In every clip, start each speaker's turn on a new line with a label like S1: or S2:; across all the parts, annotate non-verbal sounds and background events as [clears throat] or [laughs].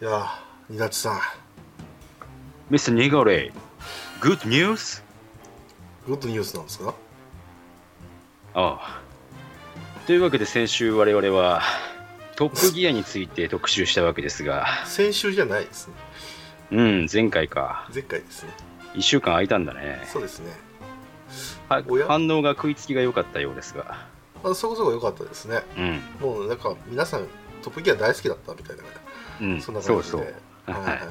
S1: いやー、ニダチさん、
S2: Mr. Nigore, good news?
S1: グッドニュースなんですか
S2: ああ。というわけで先週我々はトップギアについて特集したわけですが、
S1: 先週じゃないですね。
S2: うん、前回か。
S1: 前回ですね。
S2: 1週間空いたんだね。
S1: そうですね。
S2: は
S1: おや
S2: 反応が食いつきが良かったようですが。
S1: あそこそこ良かったですね。
S2: うん。
S1: もうなんか皆さん、トップギア大好きだったみたいなね、
S2: うん、
S1: そ
S2: そ
S1: んな感
S2: う
S1: じで。
S2: そう。
S1: はいはいはいはい
S2: は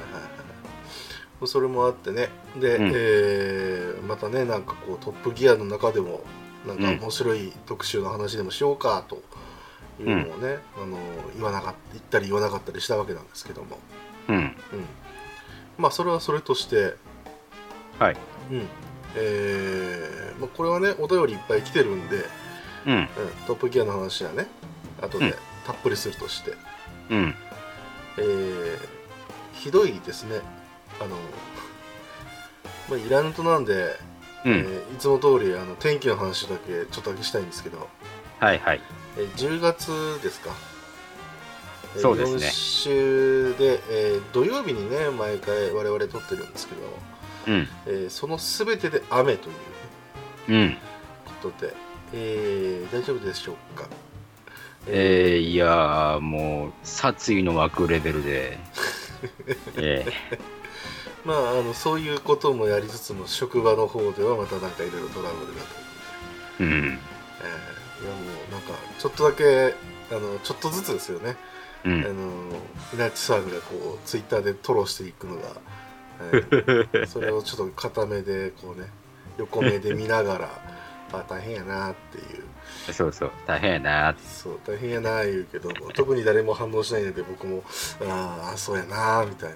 S1: もうそれもあってね。で、
S2: うん
S1: えーまたね、なんかこう、トップギアの中でも、なんか
S2: うん
S1: 面白い特集の話でもしようかというのをね、あの言わなかった言ったり言わなかったりしたわけなんですけども。
S2: うん。
S1: うん、まあそれはそれとして、
S2: はい。
S1: うんえーまあ、これはねお便りいっぱい来てるんで、うん、
S2: うん。
S1: トップギアの話はね後
S2: うん
S1: でたっぷりするとして、
S2: うん。
S1: えーひどいですねあの、まあ、イラントなんで、え
S2: うん。
S1: ーいつも通りあの天気の話だけちょっとだけしたいんですけど、
S2: はいはい。
S1: えー10月ですか、えー
S2: そうですね
S1: 今週で、えー土曜日にね毎回我々撮ってるんですけど、
S2: うん。
S1: えーその全てで雨という
S2: うん。
S1: ことで、えー大丈夫でしょうか
S2: えー、いやー、もう、殺意の湧くレベ
S1: [laughs]
S2: ルで。え
S1: まああのそういうこともやりつつも職場の方ではまたなんかいろいろトラブルがと、
S2: えうん。
S1: えーいやもうなんかちょっとだけあのちょっとずつですよね、あ
S2: うん。
S1: の稲地さんがこうツイッターでトロしていくのが、え
S2: [laughs]
S1: ーそれをちょっと固めでこうね横目で見ながらあ大変やなっていう
S2: そうそう。大変やなーって
S1: そう大変やな言うけども特に誰も反応しないので僕もああそうやなみたい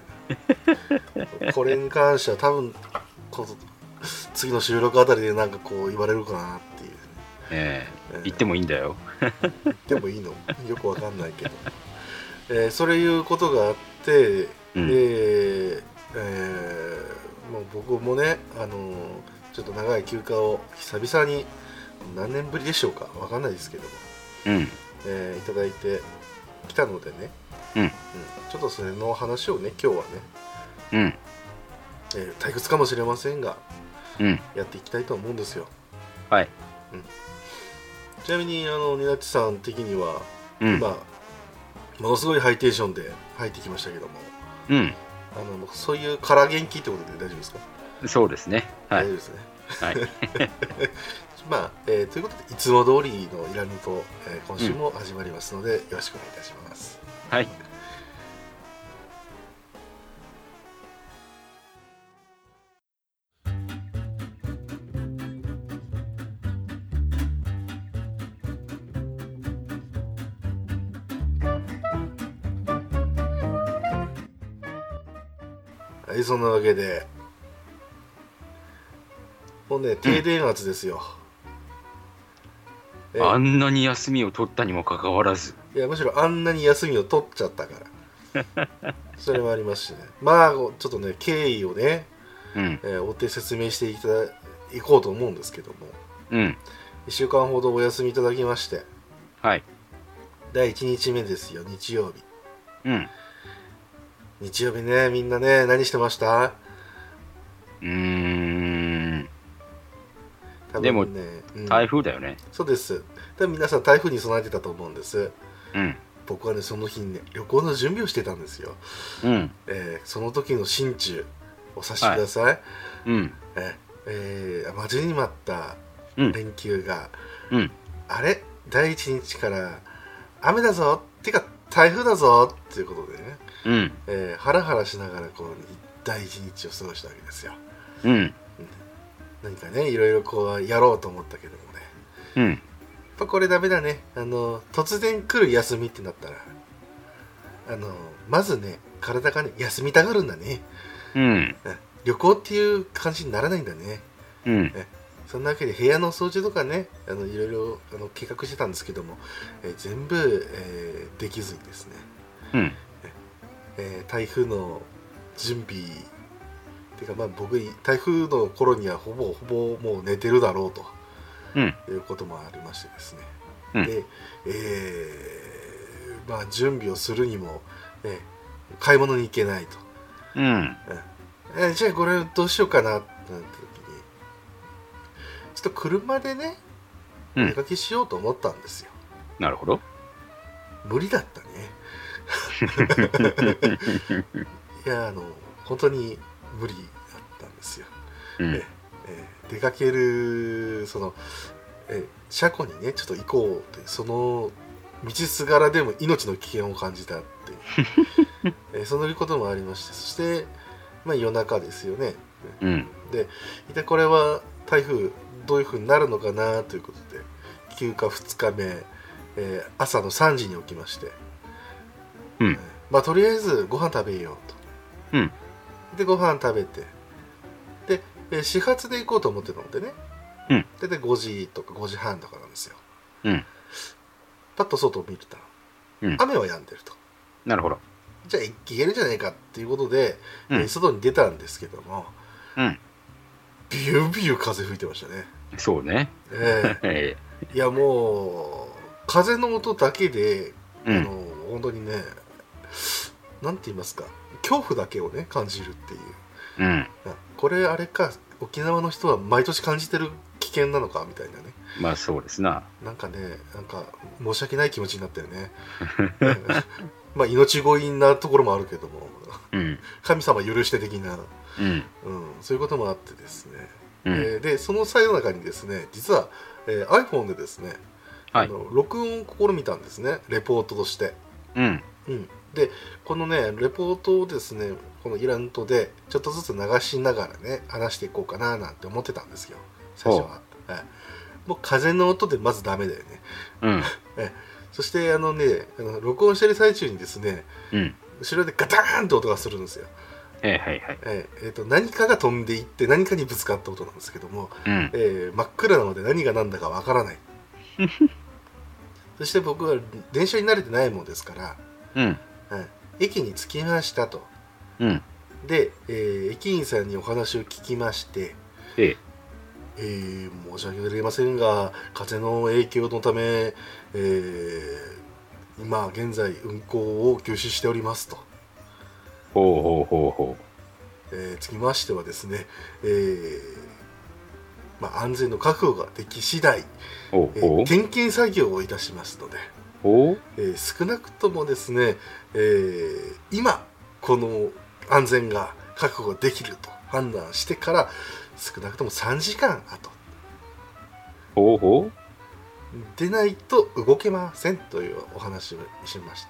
S2: [laughs]
S1: なこれに関しては多分この次の収録あたりでなんかこう言われるかなっていう、
S2: ええ
S1: えー
S2: 言ってもいいんだよ。
S1: でもいいのよくわかんないけど、 [laughs] えーそういうことがあって、
S2: うん
S1: で、えーもう僕もね、あのーちょっと長い休暇を久々に何年ぶりでしょうかわかんないですけども、
S2: うん。
S1: えーいただいてきたのでね、
S2: うん
S1: ちょっとそれの話をね今日はね、
S2: うん。
S1: えー退屈かもしれませんが
S2: うん。
S1: やっていきたいと思うんですよ
S2: はい。
S1: ちなみにあのニナッチさん的には、
S2: うん。
S1: まあものすごいハイテンションで入ってきましたけども
S2: うん。
S1: あのもうそういう空元気ってことで大丈夫ですか、
S2: そうですね。
S1: 大
S2: はい
S1: 丈。夫ですね
S2: はい。
S1: [laughs] まあ、えーということでいつも通りのイラヌと、えー今週も始まりますので、よろしくお願いいたします
S2: はい。
S1: はいそんなわけでもうね停電圧ですよ、えー
S2: あんなに休みを取ったにもかかわらず。
S1: いやむしろあんなに休みを取っちゃったから [laughs] それもありますしねまあちょっとね経緯をね、
S2: うん。
S1: えー、追って説明していただいこうと思うんですけども
S2: うん。
S1: 1週間ほどお休みいただきまして
S2: はい。
S1: 第1日目ですよ日曜日
S2: うん。
S1: 日曜日ねみんなね何してました
S2: うーん。
S1: 多分
S2: でも
S1: ね、うん
S2: 台風だよね。
S1: そうです多分皆さん台風に備えてたと思うんです
S2: うん。
S1: 僕はねその日にね旅行の準備をしてたんですよ、
S2: うん。
S1: えーその時の心中お察しください、
S2: うん。
S1: ええー待ちに待った
S2: うん。
S1: 連休が、
S2: うん。
S1: あれ第一日から雨だぞってか台風だぞっていうことでね、
S2: うん。
S1: えー、ハラハラしながらこう第一日を過ごしたわけですよ
S2: うん。
S1: 何かねいろいろこうやろうと思ったけどもね
S2: うん。
S1: やっぱこれダメだねあの突然来る休みってなったらあのまずね体がね休みたがるんだね
S2: うん。
S1: うん旅行っていう感じにならないんだね
S2: うん。
S1: そんなわけで部屋の掃除とかねあのいろいろあの計画してたんですけども、えー全部、えーできずにですね、
S2: うん。
S1: えー台風の準備てかまあ僕台風の頃にはほぼほぼもう寝てるだろうと
S2: うん。
S1: いうこともありましてですね、
S2: うん
S1: で、えーまあ、準備をするにも、ね買い物に行けないと
S2: うん。
S1: えじゃあこれどうしようかなってなった時にちょっと車でね
S2: う
S1: お
S2: ん
S1: 出かけしようと思ったんですよ、
S2: なるほど。
S1: 無理だったねいやあの本当に無理だったんですよ、
S2: うん。
S1: えー出かけるその、えー車庫にねちょっと行こうってその道すがらでも命の危険を感じたっていう
S2: [laughs]
S1: えーそのこともありましてそして、まあ、夜中ですよね
S2: うん。
S1: 一体これは台風どういうふうになるのかなということで休暇2日目、えー朝の3時に起きまして、
S2: うん
S1: まあ、とりあえずご飯食べようと、
S2: うん
S1: でご飯食べてで、えー始発で行こうと思ってたのでね、
S2: うん
S1: でで5時とか5時半とかなんですよ、
S2: うん
S1: パッと外を見てたら、
S2: うん
S1: 雨は止んでると
S2: なるほど。
S1: じゃあ行けるんじゃないかっていうことで、
S2: うん
S1: えー外に出たんですけども、
S2: うん
S1: ビュービュー風吹いてましたね
S2: そうね。 [laughs]
S1: ええ
S2: え [laughs]
S1: いやもう風の音だけで、あ
S2: えう
S1: の
S2: ん。
S1: 本当にねなんて言いますか恐怖だけをね感じるっていう
S2: うん。
S1: あこれあれか沖縄の人は毎年感じてる危険なのかみたいなね
S2: まあそうですな。
S1: なんかねなんか申し訳ない気持ちになったよ
S2: [laughs]
S1: ねうんまあ命乞いなところもあるけども
S2: うん。
S1: 神様許して的な、
S2: うん。
S1: うん、そういうこともあってですね、
S2: うん。
S1: えーでその最中にですね実は、えー iPhone でですね、
S2: は
S1: あ
S2: い
S1: の録音を試みたんですねレポートとして、
S2: うん。
S1: うん、でこのねレポートをですねこのイラントでちょっとずつ流しながらね話していこうかななんて思ってたんですよ最初は、はい、もう風の音でまずダメだよね
S2: うん。
S1: そしてあのねあの録音してる最中にですね
S2: うん。
S1: 後ろでガターンと音がするんですよ、
S2: ええはいはい。
S1: えーえーと何かが飛んでいって何かにぶつかった音なんですけども
S2: うん。
S1: えー真っ暗なので何が何だかわからないそして僕は電車に慣れてないもんですから
S2: うん。
S1: 駅に着きましたと
S2: うん。
S1: で、えー駅員さんにお話を聞きまして
S2: ええ
S1: 「えー申し訳ございませんが風の影響のため、えー今現在運行を休止しております」と。
S2: ほうほうほうほ
S1: えーつきましてはですね、えーまあ、安全の確保ができ次第、
S2: う。ほ
S1: え
S2: う
S1: ー
S2: ほう。
S1: 点検作業をいたしますので、
S2: ほう。
S1: えー少なくともですね、えー今この安全が確保できると判断してから少なくとも3時間後
S2: ほうほ
S1: 出ないと動けませんというお話をしまして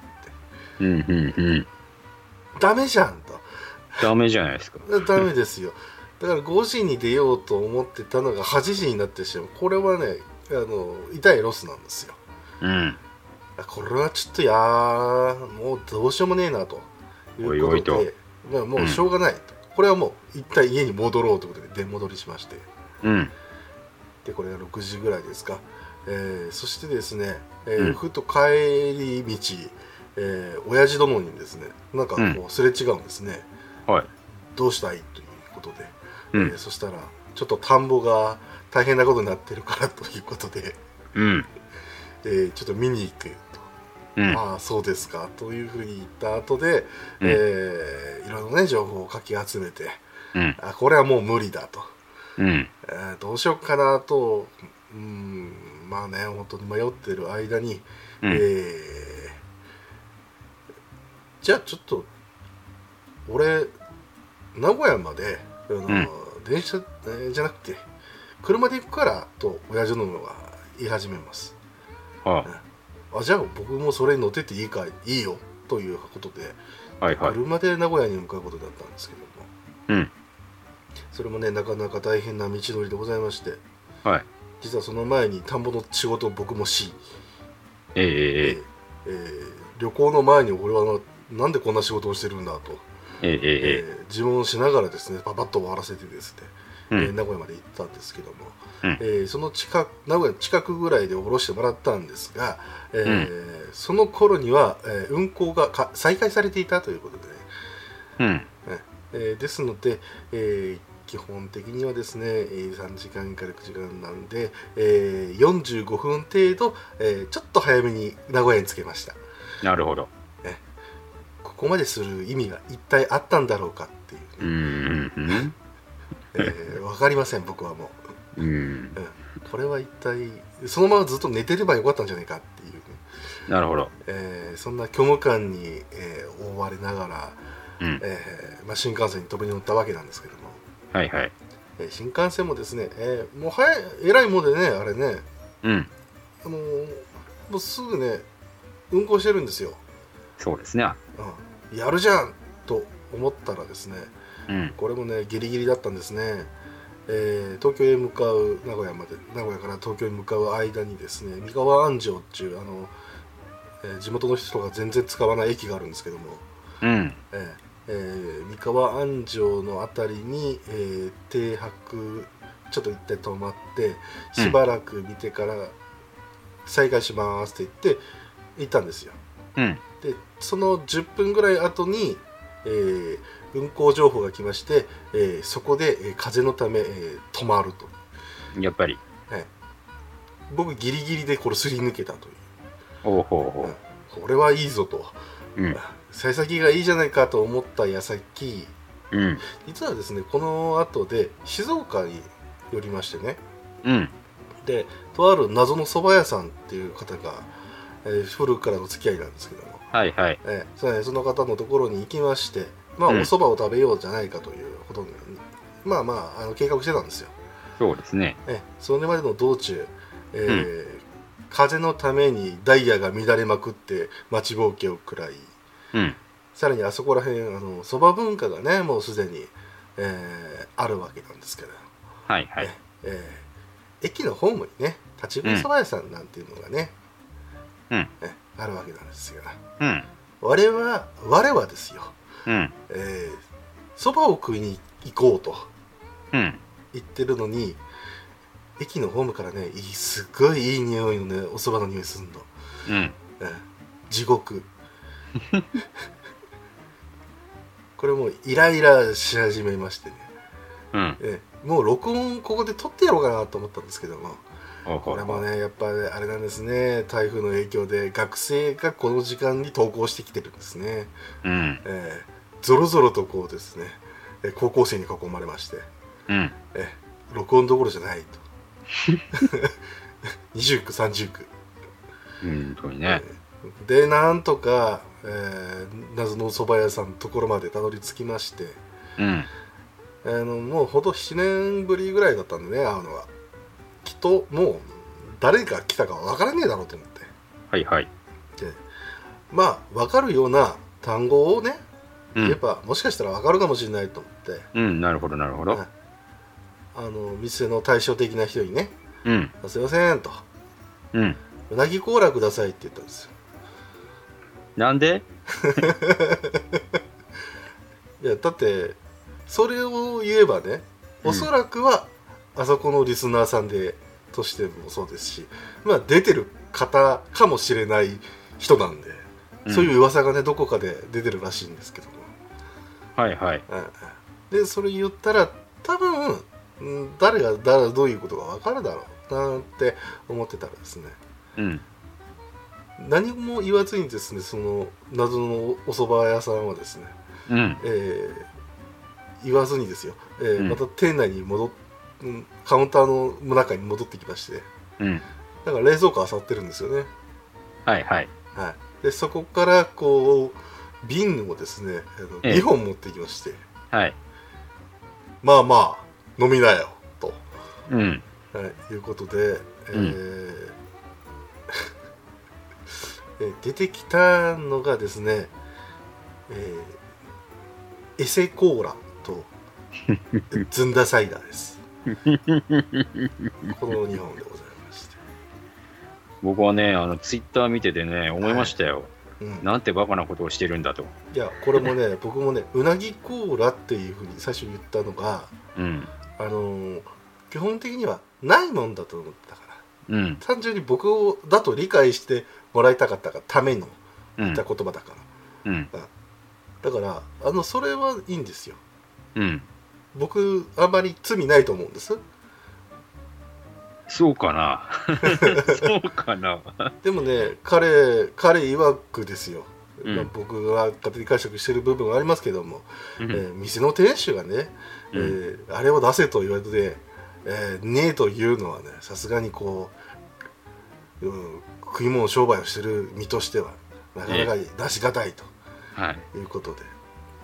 S2: う。うんうんうん。
S1: ダメじゃんと
S2: ダメじゃないですか。
S1: ダメですよ [laughs] だから5時に出ようと思ってたのが8時になってしまうこれはねあの痛いロスなんですよ
S2: うん。
S1: これはちょっとやーもうどうしようもねえなということで
S2: おいおい
S1: まあもうしょうがないと、これはもう一旦家に戻ろうということで出戻りしまして
S2: うん。
S1: でこれが6時ぐらいですか、えーそしてですね、えー
S2: うん
S1: ふと帰り道、えー親父殿にですねなんかこうすれ違うんですね、
S2: はい。
S1: どうしたいということで、
S2: う
S1: えー
S2: ん。
S1: そしたらちょっと田んぼが大変なことになってるからということで、
S2: うん。
S1: えーちょっと見に行くと [laughs]
S2: うん。
S1: ああそうですかというふうに言った後で、
S2: うん
S1: えーいろんなね情報をかき集めて
S2: うん。
S1: あこれはもう無理だと、
S2: うん。
S1: えーどうしようかなとうんまあね本当に迷ってる間に、
S2: うん
S1: えーじゃあちょっと俺名古屋まであの、
S2: ん
S1: 電車、えーじゃなくて車で行くからと親父の方が言い始めます
S2: は
S1: あじゃあ僕もそれに乗ってっていいかいいよということで、
S2: いはいはい。
S1: 車で名古屋に向かうことだったんですけども
S2: うん。
S1: それもねなかなか大変な道のりでございまして
S2: はい。
S1: 実はその前に田んぼの仕事を僕もし、
S2: ええええ
S1: えー旅行の前に俺はななんでこんな仕事をしてるんだと、
S2: えええ
S1: え
S2: ええ
S1: ー自問しながらですねパパッと終わらせてですね、
S2: うん
S1: えー名古屋まで行ったんですけども、
S2: うん
S1: えーその近く名古屋の近くぐらいで降ろしてもらったんですが、えーその頃には、えー運行がか再開されていたということでね、
S2: うん。
S1: えーですので、えー基本的にはですねえー3時間から9時間なんで、えー45分程度、えーちょっと早めに名古屋に着けました
S2: なるほど。
S1: ここまでする意味が一体あったんだろうかっていう
S2: う、んうん
S1: え分かりません僕はも
S2: うんうん
S1: う、うん、これは一体そのままずっと寝てればよかったんじゃないかっていうね、
S2: なるほど、
S1: えーそんな虚無感に、えー覆われながら、
S2: うん、
S1: えーまあ、新幹線に飛び乗ったわけなんですけども、
S2: はいはい
S1: えー新幹線もですね、えーもう早いえらいもんでねあれね、
S2: うん
S1: あのーもうすぐね運行してるんですよ、
S2: そうですね
S1: うん、やるじゃんと思ったらですね
S2: うん
S1: これもねギリギリだったんですね、えー東京へ向かう名古屋まで名古屋から東京に向かう間にですね三河安城っていうあの、えー地元の人が全然使わない駅があるんですけども、
S2: うん
S1: えーえー三河安城の辺りに、えー停泊ちょっと一回止まってしばらく見てから再開しますって言って行ったんですよ
S2: うん
S1: でその10分ぐらい後に、えー運行情報が来まして、えーそこで、えー風のため、えー止まると
S2: やっぱり
S1: 僕ギリギリでこれすり抜けたという
S2: おうほうほ
S1: これはいいぞと、
S2: うん
S1: 幸先がいいじゃないかと思った矢先
S2: ううん
S1: 実はですねこの後で静岡に寄りましてね
S2: うん
S1: でとある謎の蕎麦屋さんっていう方が、えー古くからの付き合いなんですけども、
S2: はいはい
S1: えーそうねその方のところに行きまして、まあ、
S2: うん
S1: おそばを食べようじゃないかということに、まあまああの計画してたんですよ、
S2: そうですね
S1: えーそれまでの道中、えー風のためにダイヤが乱れまくって待ちぼうけを食らい
S2: うん
S1: さらにあそこら辺あのそば文化がねもうすでに、えーあるわけなんですけど、
S2: はいはい
S1: えー駅のホームにね立ち食いそば屋さんなんていうのがね、
S2: うん
S1: えあるわけなんですが
S2: うん
S1: 我は我はですよ
S2: うん
S1: えーそばを食いに行こうと
S2: うん
S1: 言ってるのに駅のホームからねいいすっごいいい匂いのねおそばの匂いすんの、
S2: うん
S1: うん地獄 [laughs] これもうイライラし始めましてね、
S2: うん
S1: えーもう録音ここで撮ってやろうかなと思ったんですけども
S2: おう
S1: こ
S2: ほう
S1: れ
S2: ほ
S1: も
S2: う
S1: ねやっぱねあれなんですね台風の影響で学生がこの時間に登校してきてるんですね
S2: うん
S1: えー、ぞろぞろとこうですね、えー高校生に囲まれまして、
S2: うん
S1: えー録音どころじゃないと [laughs] 20区30区、
S2: 本当にね
S1: でなんとか、えー謎のお蕎麦屋さんのところまでたどり着きまして
S2: うん
S1: あのもうほんと7年ぶりぐらいだったんでね会うのはきっともう誰が来たかわからねえだろうと思って
S2: はいはい
S1: まあ分かるような単語をね、
S2: う
S1: やっ
S2: ん
S1: ぱもしかしたら分かるかもしれないと思って
S2: うんなるほどなるほど
S1: はいあの店の対照的な人にね
S2: うん
S1: 「すいません」と
S2: うん
S1: 「うなぎコーラください」って言ったんですよ
S2: なんで
S1: いやだってそれを言えばね
S2: うん
S1: おそらくはあそこのリスナーさんでとしてもそうですしまあ出てる方かもしれない人なんで、
S2: ん
S1: そういう噂がねどこかで出てるらしいんですけども、
S2: はいはい
S1: うんうんでそれ言ったら多分うん誰が誰どういうことが分かるだろうなって思ってたらですね
S2: うん
S1: 何も言わずにですねその謎のお蕎麦屋さんはですね、
S2: うん
S1: えー言わずにですよ、えー
S2: うん
S1: また店内に戻っうんカウンターの中に戻ってきまして
S2: うん
S1: だから冷蔵庫漁ってるんですよね、
S2: はいはい
S1: はい、でそこからこう瓶をですねあの
S2: ええ
S1: 2本持ってきまして、
S2: はい
S1: まあまあ飲みなよと、
S2: うん
S1: はい、いうことで、えー [laughs] えー出てきたのがですね、えーエセコーラとずんだサイダーです。この2本でございまして。
S2: 僕はねあのツイッター見ててね思いましたよ、
S1: うん、
S2: なんてバカなことをしてるんだと
S1: いやこれもね僕もねうなぎコーラっていうふうに最初言ったのが、
S2: うん
S1: あのー基本的にはないもんだと思ってたから
S2: うん
S1: 単純に僕をだと理解してもらいたかったがための
S2: う
S1: 言
S2: ん
S1: った言葉だから。
S2: うん
S1: だからあのそれはいいんですよ
S2: うん
S1: 僕あんまり罪ないと思うんです
S2: そうかな [laughs] そうかな
S1: でもね彼彼曰くですよ
S2: うん
S1: まあ僕は勝手に解釈してる部分はありますけども、
S2: う
S1: え
S2: ん
S1: ー店の店主がね、えーあれを出せと言われて、えーねえというのはねさすがにこう、うん、食い物商売をしてる身としてはなかなか出しがたいと
S2: はい。
S1: いうこと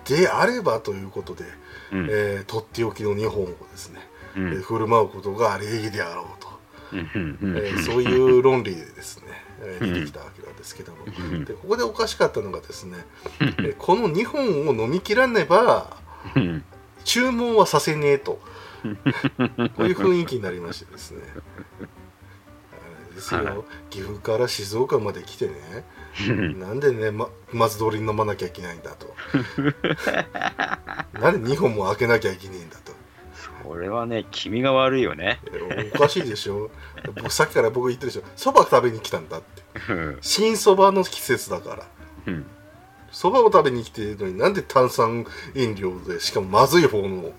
S1: で、であればということで、
S2: うん
S1: えーとっておきの日本をですね、
S2: う
S1: えー
S2: ん
S1: 振る舞うことが礼儀であろうと。
S2: うん
S1: え
S2: う
S1: ー
S2: ん
S1: そういう論理でですね、えー
S2: うん
S1: 出てきたわけなんですけども
S2: うん
S1: でここでおかしかったのがですね、えーこの2本を飲み切らねば
S2: うん
S1: 注文はさせねえとこういう雰囲気になりまして
S2: [laughs]
S1: ですねあれです
S2: はい
S1: よ岐阜から静岡まで来てねなんでねままず通りに飲まなきゃいけないんだ
S2: [laughs]
S1: となんで2本も開けなきゃいけねえんだと
S2: それはね、君が悪いよね。
S1: えーおかしいでしょ僕さっきから僕言ってるでしょそば食べに来たんだって
S2: うん
S1: 新そばの季節だから
S2: うん
S1: そばを食べに来ているのになんで炭酸飲料でしかもまずい方の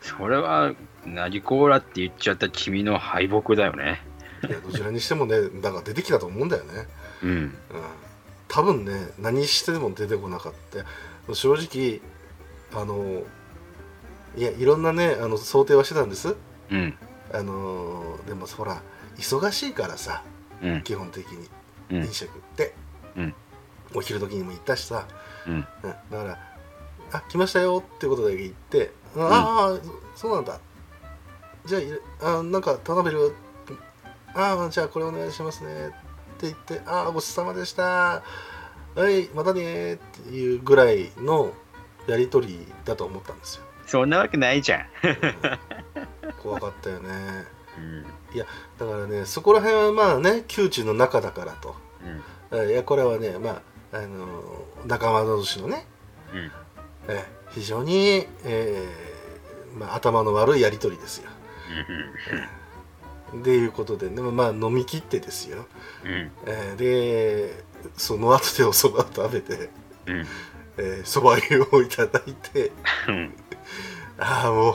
S2: それは、ナリコーラって言っちゃった君の敗北だよね。
S1: いやどちらにしてもねだから出てきたと思うんだよね、
S2: うん。
S1: うん、多分ね何してでも出てこなかった正直あのいやいろんなねあの想定はしてたんです
S2: うん。
S1: あのでもほら忙しいからさ
S2: うん。
S1: 基本的に
S2: うん
S1: 飲。食って、
S2: うん
S1: お昼時にも行ったしさ、
S2: うん。
S1: うんだから「あ来ましたよ」ってことだけ言って「ああ、そそうなんだじゃあいれあなんか頼めるああじゃあこれお願いしますね」って言って「ああごちそうさまでしたはいまたね」っていうぐらいのやり取りだと思ったんですよ
S2: そんなわけないじゃん。
S1: うん怖かったよねだからねそこら辺はまあね窮地の中だからと
S2: うん。
S1: うんいやこれはねまああの仲間同士のね
S2: うん。
S1: ええ非常に、ええまあ、頭の悪いやり取りですよ。っていうことで、でもまあ飲み切ってですよ。
S2: うん。
S1: ええでその後でお蕎麦を食べて、
S2: うん。
S1: ええ蕎麦湯をいただいて
S2: うん。
S1: ああもう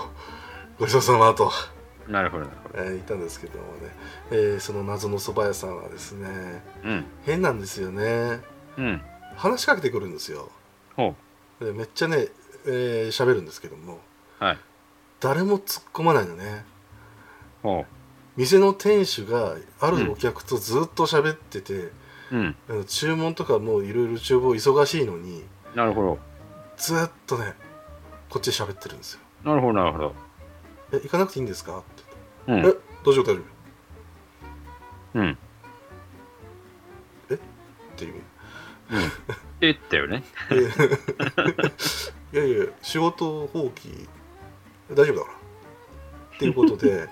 S1: ごちそうさまと、
S2: なるほど、なるほど。
S1: ええ言ったんですけどもね、ええその謎の蕎麦屋さんはですね
S2: うん。
S1: 変なんですよね
S2: うん。
S1: 話しかけてくるんですよ。
S2: ほ
S1: でめっちゃねええ喋るんですけども
S2: う。はい。
S1: 誰も突っ込まないのね。
S2: ほ
S1: 店の店主があるお客とずっと喋ってて、
S2: う。うん。
S1: あの注文とかもういろいろ厨房忙しいのに
S2: なるほど。
S1: ずっとねこっちで喋ってるんですよ
S2: なるほど、なるほど。
S1: 「え行かなくていいんですか?」って
S2: う
S1: 「
S2: ん。
S1: え大丈夫大丈夫」
S2: うん。
S1: っていう
S2: えったよね。
S1: 「いや [laughs] いや仕事放棄大丈夫だから」っていうことで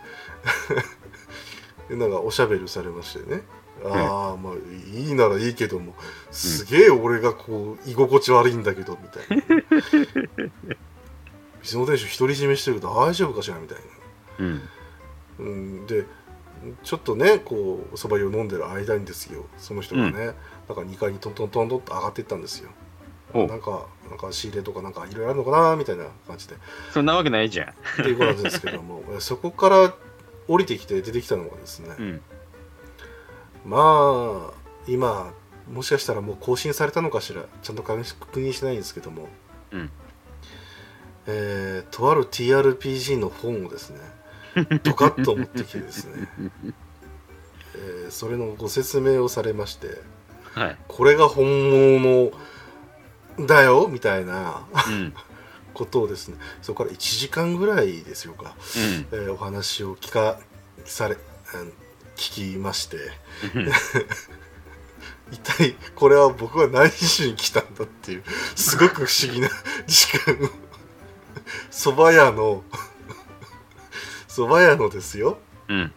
S1: [laughs] でなんかおしゃべりされましてねああまあいいならいいけどもすげえ俺がこう居心地悪いんだけどみたいな
S2: [laughs]
S1: 店の店主独り占めしてるけど大丈夫かしらみたいな
S2: うん。
S1: うん、でちょっとねこうそば湯を飲んでる間にですよその人がね、
S2: うん
S1: なんか2階にトントントントンと上がっていったんですよ
S2: ほ
S1: な。
S2: うん
S1: かなんか仕入れとかなんかいろいろあるのかなみたいな感じで
S2: そんなわけないじゃん。
S1: っていうことなんですけど
S2: [laughs]
S1: もえそこから降りてきて出てきたのがですね、
S2: うん。
S1: まあ今もしかしたらもう更新されたのかしらちゃんと確認してないんですけども、
S2: うん
S1: えーとある TRPG の本をです
S2: [laughs]
S1: ねドカッと持ってきてですね、えーそれのご説明をされまして
S2: はい。
S1: これが本物のだよみたいな
S2: うん。
S1: ことをですねそこから1時間ぐらいですよか、えーお話を聞かされあの聞きまして
S2: うん。
S1: 一体これは僕は何しに来たんだっていうすごく不思議な [laughs] 時間を蕎麦屋の蕎麦屋のですよ
S2: うん。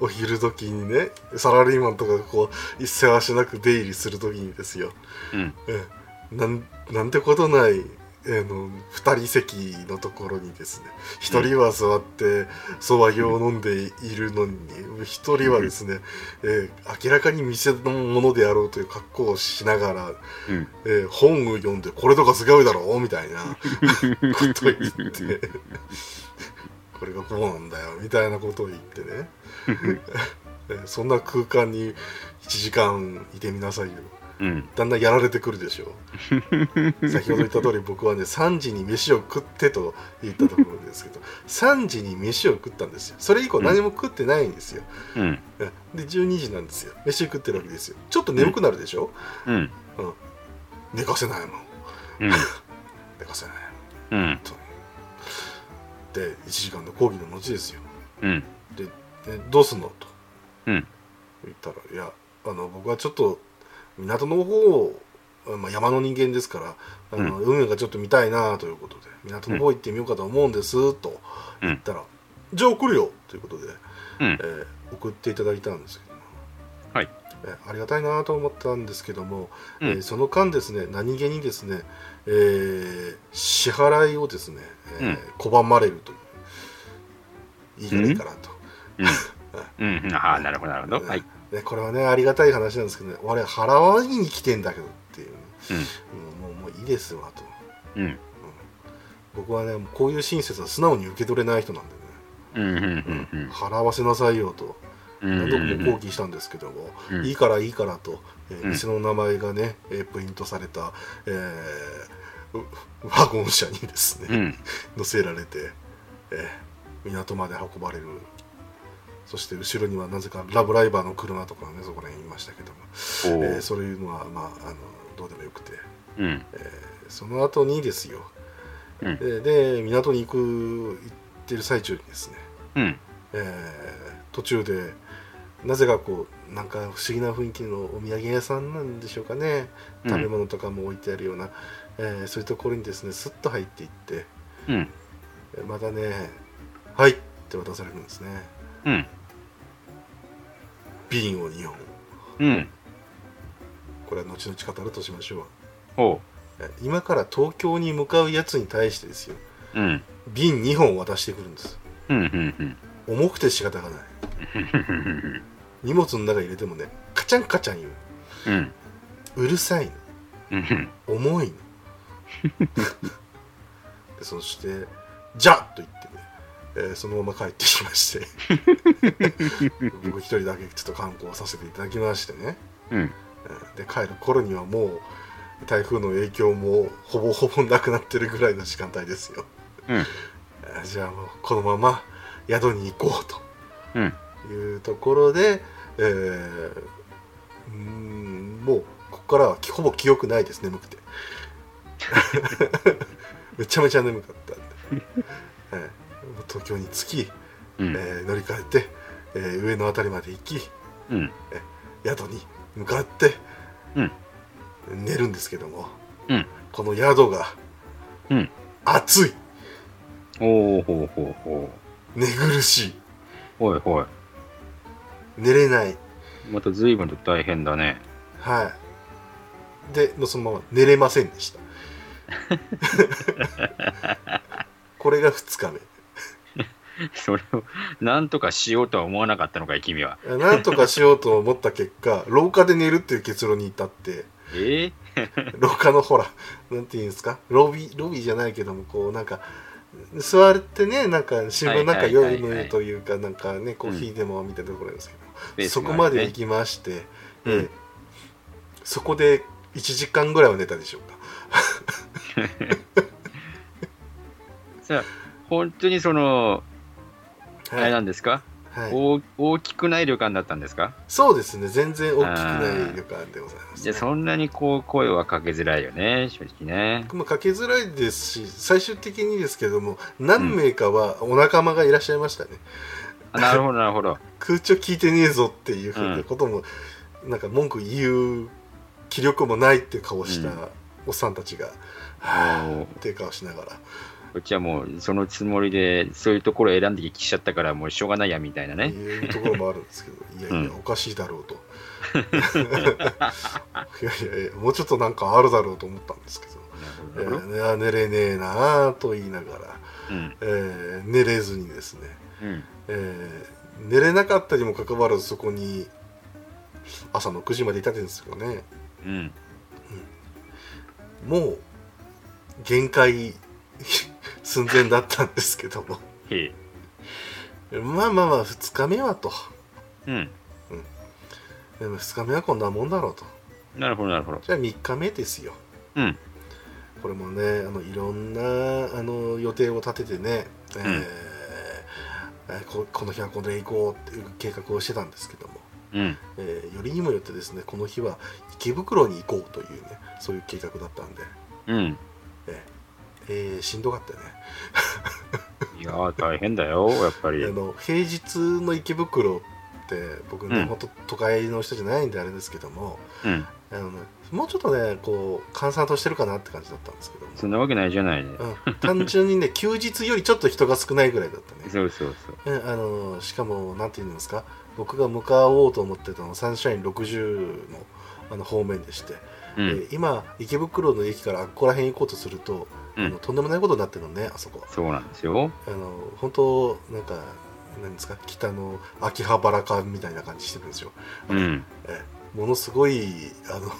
S1: お昼時にねサラリーマンとかがこう一世話しなく出入りする時にですよ、
S2: うん。
S1: うん、なんなんてことないあの2人席のところにですね1人は座って蕎麦湯を飲んでいるのに1人はですね、えー明らかに店のものであろうという格好をしながら、
S2: うん。
S1: えー本を読んでこれとかすごいだろうみたいなことを言ってこれがこうなんだよみたいなことを言ってね、えーそんな空間に1時間いてみなさいよ。
S2: うん。
S1: だんだんやられてくるでしょう先ほど言った通り僕はね3時に飯を食ってと言ったところですけど3時に飯を食ったんですよそれ以降何も食ってないんですよ、
S2: うん。
S1: うんで12時なんですよ飯食ってるわけですよちょっと眠くなるでしょ、
S2: うん。
S1: 寝かせないもん
S2: うん。
S1: 寝かせない
S2: うん。
S1: で1時間の講義の後ですよ
S2: うん。
S1: でどうすんのと
S2: うん。
S1: 言ったら「いやあの僕はちょっと港の方を、まあ、山の人間ですからあの、海がちょっと見たいなということで港の方行ってみようかと思うんです」と
S2: うん
S1: 言ったら「じゃあ送るよ」ということで、
S2: うん
S1: えー送っていただいたんですけども
S2: はい
S1: えーありがたいなと思ったんですけども、
S2: うん
S1: えーその間ですね何気にですね、えー支払いをですね、えー
S2: うん
S1: 拒まれるといういいかないいかなと。
S2: うん。うん。ああ、なるほど、なるほど。はい。
S1: ね、これはねありがたい話なんですけどね俺払わずに来てんだけどっていう、うんもうもういいですわと
S2: うん。
S1: 僕はねもうこういう親切は素直に受け取れない人なんでね、
S2: うん。うん。うん。う
S1: うん
S2: ん。
S1: 払わせなさいよと
S2: うん。
S1: 何度
S2: う
S1: も抗
S2: ん。
S1: 議したんですけども、
S2: うん
S1: いいからいいからと、えー
S2: うん
S1: 店の名前がね、えープリントされた、えーうワゴン車にですね、
S2: うん。
S1: 乗せられて、えー港まで運ばれるそして後ろにはなぜかラブライバーの車とかねそこら辺いましたけども
S2: おお。
S1: えーそういうのは、まあ、あのどうでもよくて
S2: うん。
S1: その後にですよ、
S2: うん
S1: でで港に行く行ってる最中にですね、
S2: うん。
S1: えー途中でなぜかこうなんか不思議な雰囲気のお土産屋さんなんでしょうかね
S2: うん
S1: 食べ物とかも置いてあるような、えーそういうところにですねスッと入っていって
S2: うん。
S1: えーまたね「はい」って渡されるんですね
S2: うん。
S1: 瓶を2本
S2: うん。
S1: これは後々語るとしましょう
S2: ほ
S1: えー今から東京に向かうやつに対してですよ
S2: う。うん。
S1: 瓶2本渡してくるんです
S2: うん。うん。
S1: 重くて仕方がない
S2: うん。
S1: 荷物の中に入れてもねカチャンカチャン言
S2: うん。
S1: ううるさい
S2: うん。
S1: の重いの [laughs] でそして「じゃっ!」と言ってね、えーそのまま帰ってきまして [laughs] 僕一人だけちょっと観光させていただきましてね
S2: うん。
S1: えーで帰る頃にはもう台風の影響もほぼほぼなくなってるぐらいの時間帯ですよ
S2: うん。
S1: えーじゃあもうこのまま宿に行こうと
S2: うん。
S1: いうところで、えーうーんもうここからはほぼ記憶ないです眠
S2: [laughs]
S1: くてめちゃめちゃ眠かったんで、
S2: [laughs]
S1: はいもう東京に着き、
S2: うん。うん。
S1: えー乗り換えて、えー上の辺りまで行き
S2: うん。
S1: 宿に向かって、
S2: うん
S1: 寝るんですけども、
S2: うん
S1: この宿が
S2: うん
S1: 暑い
S2: おおほうほうほ。
S1: 寝苦しいう
S2: ほいほい。
S1: 寝れない
S2: また随分と大変だね。
S1: はい。で、もうそのまま寝れませんで
S2: [laughs]
S1: した。これが2日
S2: それをなんとかしようとは思わなかったのかい君は。
S1: 目。なんとかしようと思った結果、廊下で寝るっていう結論に至って、
S2: え
S1: 廊下のほら、なんていうんですか、ロビー、ロビーじゃないけども、こうなんか、座ってね、なんか新聞なんか
S2: はいはいはいは
S1: 読
S2: い
S1: むというか、なんかね、コーヒーでもみたいなところなんですけど、
S2: え
S1: そこまで行きまして、
S2: うん
S1: えーそこで1時間ぐらいは寝たでしょうか。
S2: さあ本当にその、あ
S1: は
S2: れ
S1: い
S2: なんですか、
S1: はい
S2: 大大きくない旅館だったんですか
S1: そうですね、全然大きくない旅館でございます、
S2: じゃ
S1: ね。
S2: あそんなにこう声はかけづらいよね、正直
S1: [laughs]
S2: ね。
S1: まあかけづらいですし、最終的にですけども、何名かはお仲間がいらっしゃいましたね。
S2: あなるほど、なるほど。
S1: 空調聞いてねえぞっていうふう
S2: う
S1: なんことも、なんか文句言う気力もないっていう顔した
S2: うん
S1: おっさんたちが、
S2: おー
S1: はぁっていう顔しながら、
S2: こっちはもうそのつもりで、そういうところを選んできちゃったから、もうしょうがないやみたいなね。
S1: いうところもあるんですけど、いやいや
S2: う、
S1: おかしいだ
S2: [laughs]
S1: ろうと。いやいやいや、もうちょっとなんかあるだろうと思ったんですけど、
S2: なるほどなるほど。
S1: いや寝れねえなあと言いながら。
S2: うん。
S1: えー寝れずにですね、
S2: うん。
S1: えー寝れなかったにもかかわらずそこに朝の9時までいたんですけどね
S2: うん。
S1: もう限界寸前だったんですけども
S2: へえ。
S1: まあまあまあ2日目はと
S2: うん。
S1: でも2日目はこんなもんだろうと
S2: なるほど、なるほど。
S1: じゃあ3日目ですよ。
S2: うん。
S1: これもねあのいろんなあの予定を立ててね、えーえーここの日はこれ行こうっていう計画をしてたんですけども、
S2: うん。
S1: えーよりにもよってですねこの日は池袋に行こうというねそういう計画だったんで、
S2: うん。
S1: えーしんどかったよね、
S2: いやー、大変だよ、やっぱ
S1: [laughs]
S2: り。
S1: あの平日の池袋って僕ね、
S2: うん
S1: 本当都会の人じゃないんであれですけども
S2: うん。
S1: あの、ね、もうちょっとねこう閑散としてるかなって感じだったんですけども
S2: そんなわけないじゃないね。
S1: うん単純にね休日よりちょっと人が少ないぐらいだったね
S2: そうそうそう。
S1: えあのしかもなんて言うんですか僕が向かおうと思ってたのはサンシャイン60のあの方面でして、
S2: う
S1: え
S2: ん。
S1: ー今池袋の駅からあっこら辺行こうとすると、
S2: うん
S1: あのとんでもないことになってるのねあそこ
S2: そうなんですよ。
S1: あの本当なんかなんですか北の秋葉原かみたいな感じしてるんですよ
S2: うん。
S1: ものすごいあの [laughs]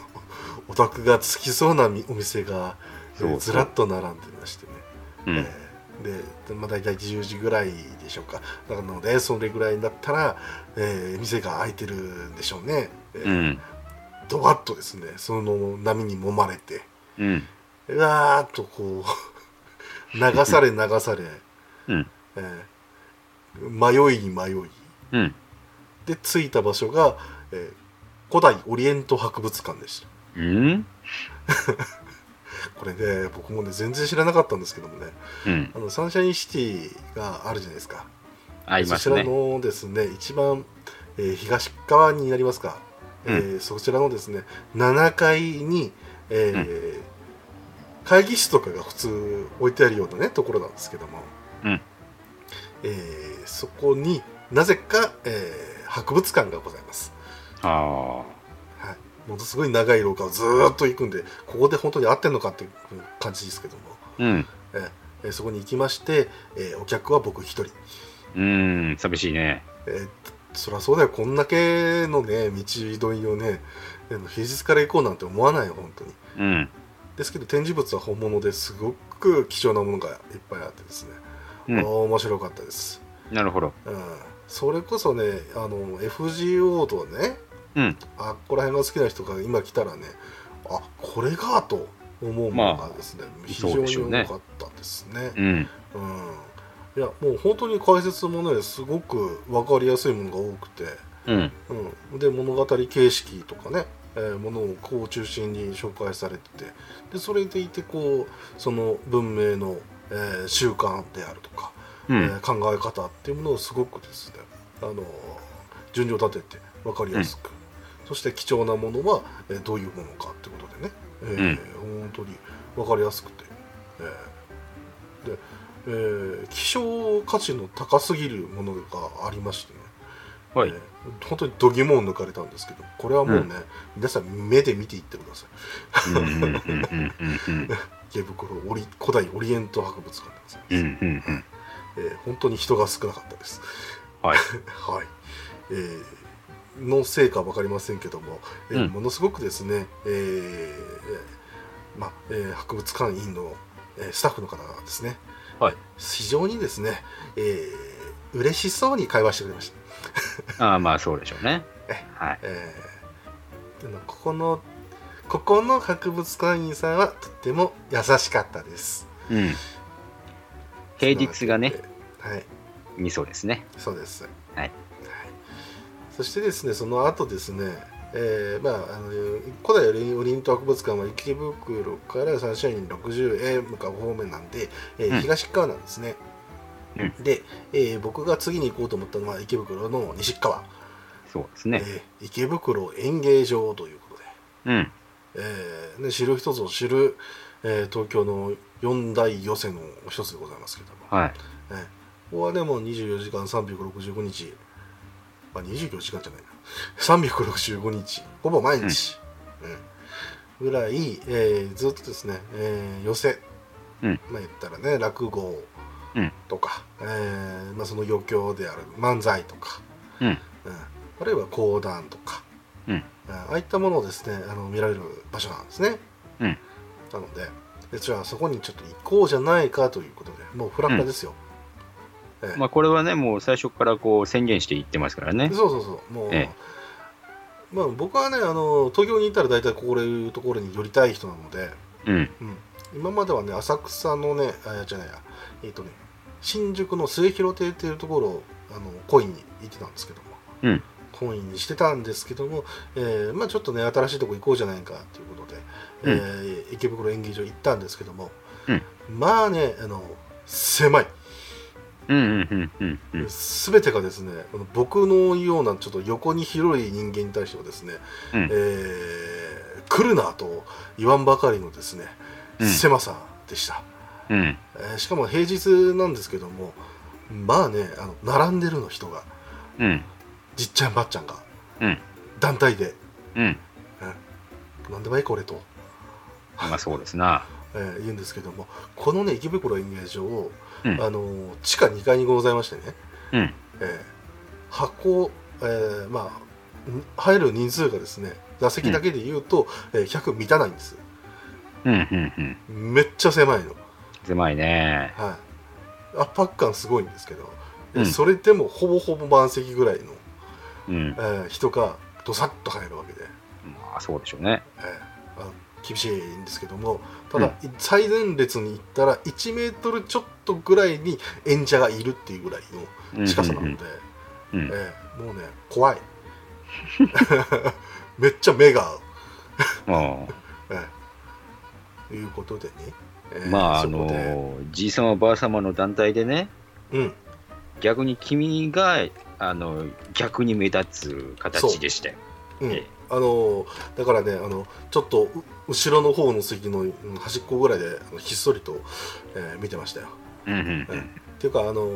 S1: オタクがつきそうなみお店が、えー
S2: そうそう
S1: ずらっと並んでましてね
S2: うん。
S1: えーで、まあ、大体10時ぐらいでしょうかなのでそれぐらいになったら、えー店が開いてるんでしょうね、えー
S2: うん。
S1: ドバッとですねその波に揉まれて
S2: うん。
S1: うわーっとこう [laughs] 流され流され、
S2: うん。
S1: えー迷いに迷い
S2: うん。
S1: で着いた場所が、えー古代オリエント博物館でした
S2: うん。
S1: これね僕もね全然知らなかったんですけどもね
S2: うん。
S1: あのサンシャインシティがあるじゃないですか
S2: 合い
S1: そ
S2: ま
S1: ち
S2: す
S1: ら
S2: ね。
S1: のですね一番、えー東側になりますか、えーそちらのですね7階に、えー会議室とかが普通置いてあるようなねところなんですけども、
S2: うん
S1: えーそこになぜか、えー博物館がございます、
S2: あ
S1: はい、ものすごい長い廊下をずーっと行くんでここで本当に合ってんのかっていう感じですけども、
S2: あ。うん。
S1: えーそこに行きまして、えーお客は僕一人
S2: うん。寂しいね。
S1: えーそりゃそうだよこんだけのね道沿いをねあの平日から行こうなんて思わないよ本当に
S2: うん。
S1: ですけど展示物は本物ですごく貴重なものがいっぱいあってですね、
S2: うん
S1: 面白かったです、
S2: なるほど。
S1: うん、それこそねあの FGO とね
S2: うん。
S1: あっこら辺が好きな人が今来たらねあこれがと思うものがですね、非常
S2: そうで
S1: に
S2: しょう
S1: 多
S2: ね
S1: かったですね
S2: うん。
S1: うんいやもう本当に解説もねすごく分かりやすいものが多くて
S2: うん。
S1: うん、で物語形式とかね、えーものをこう中心に紹介されててでそれでいてこうその文明の、えー習慣であるとか、
S2: う
S1: え
S2: ん。
S1: ー考え方っていうものをすごくですね、あのー順序立てて分かりやすく、そして貴重なものは、えーどういうものかってことでね、えー本当に分かりやすくて、えーで、えー希少価値の高すぎるものがありましてね
S2: はい
S1: え。ー本当に度肝を抜かれたんですけどこれはもうね、
S2: うん
S1: 皆さん目で見ていってください
S2: うん。うん。うん。うん。うん。
S1: 池袋オリ古代オリエント博物館でございます、
S2: うん。うん。うん。
S1: えー本当に人が少なかったです
S2: はい。
S1: [laughs] はい、えーのせいか分かりませんけども、えー
S2: うん
S1: ものすごくですね、えーまあえー博物館員の、えースタッフの方がですね、
S2: はい
S1: 非常にですね、えー嬉しそうに会話してくれました
S2: ああ、まあそうでしょうね
S1: え。
S2: はい。
S1: えーあのここのここの博物館員さんはとっても優しかったです
S2: うん。平日がね、
S1: はい
S2: 味噌ですね。
S1: そうです
S2: はい
S1: そしてですねその後ですねえーまあ、あの古代オリエント博物館は池袋からサンシャイン60へ向かう方面なんで、えー
S2: うん
S1: 東側なんですね、
S2: う
S1: で、えー僕が次に行こうと思ったのは池袋の西側、
S2: そうですね。
S1: えー池袋演芸場ということで
S2: うん。
S1: えーね、知る人ぞ知る、えー東京の四大寄せの一つでございますけども、
S2: はい。
S1: えーここはねもう24時間365日あ24時間じゃない [laughs] な365日ほぼ毎日、うんぐらい、えーずっとですね、えー寄せ、
S2: うん
S1: まあ言ったらね落語
S2: うん
S1: とか、えーまあ、その余興である漫才とか、
S2: うん。
S1: うんあるいは講談とか、
S2: うん
S1: ああいったものをですねあの見られる場所なんですね。
S2: うん
S1: なのででじゃあそこにちょっと行こうじゃないかということでもうフラフラですよ。ええ
S2: まあこれはね、もう最初からこう宣言していってますからね。
S1: そうそうそうもう、
S2: え
S1: まあ、僕はねあの東京にいたら大体こういうところに寄りたい人なので、
S2: うん。
S1: うん、今まではね浅草のねあじゃないやえっ、とね新宿の末広亭っていうところをあのコインに行ってたんですけども、
S2: うん
S1: コインにしてたんですけども、えーまあ、ちょっとね新しいとこ行こうじゃないかということで、
S2: うん
S1: えー池袋演芸場行ったんですけども、
S2: うん
S1: まあねあの狭い
S2: うんうんうんうんうん。
S1: 全てがですねこの僕のようなちょっと横に広い人間に対してはですね、
S2: うん
S1: えー来るなと言わんばかりのですね、
S2: うん
S1: 狭さでした、
S2: うん。
S1: えーしかも平日なんですけどもまあねあの並んでるの人が
S2: うん。
S1: じっちゃんばっちゃんが、
S2: うん
S1: 団体で
S2: うん。
S1: 「なんでもいいこれ」と、
S2: まあそうですな。
S1: えー言うんですけどもこのね池袋演芸場を、
S2: うん
S1: あのー地下2階にございましてね、
S2: うん。
S1: えー箱、えーまあん入る人数がですね座席だけで言うと、えー100満たないんです
S2: うんうんうん。
S1: めっちゃ狭いの、
S2: 狭いね。
S1: はい、圧迫感すごいんですけど、えー
S2: うん
S1: それでもほぼほぼ満席ぐらいの、
S2: うん
S1: え。ー人がどさっと入るわけで、
S2: まあそうでしょうね。
S1: えーあ厳しいんですけどもただ、最前列に行ったら1メートルちょっとぐらいに演者がいるっていうぐらい
S2: うん
S1: の近さなので。
S2: うんうん。
S1: ええもうね怖い [laughs] めっちゃ目が合う、
S2: うん
S1: ええいうことでね、ええ
S2: まああ
S1: そこで
S2: の、じいさまばあさまの団体でね、
S1: うん
S2: 逆に君が、あの、逆に目立つ形でしたよ。
S1: うん、
S2: ええ
S1: あのだからねあのちょっとう後ろの方の席のうん端っこぐらいであのひっそりと、ええ見てましたよ
S2: うんうん
S1: ええっていうかあの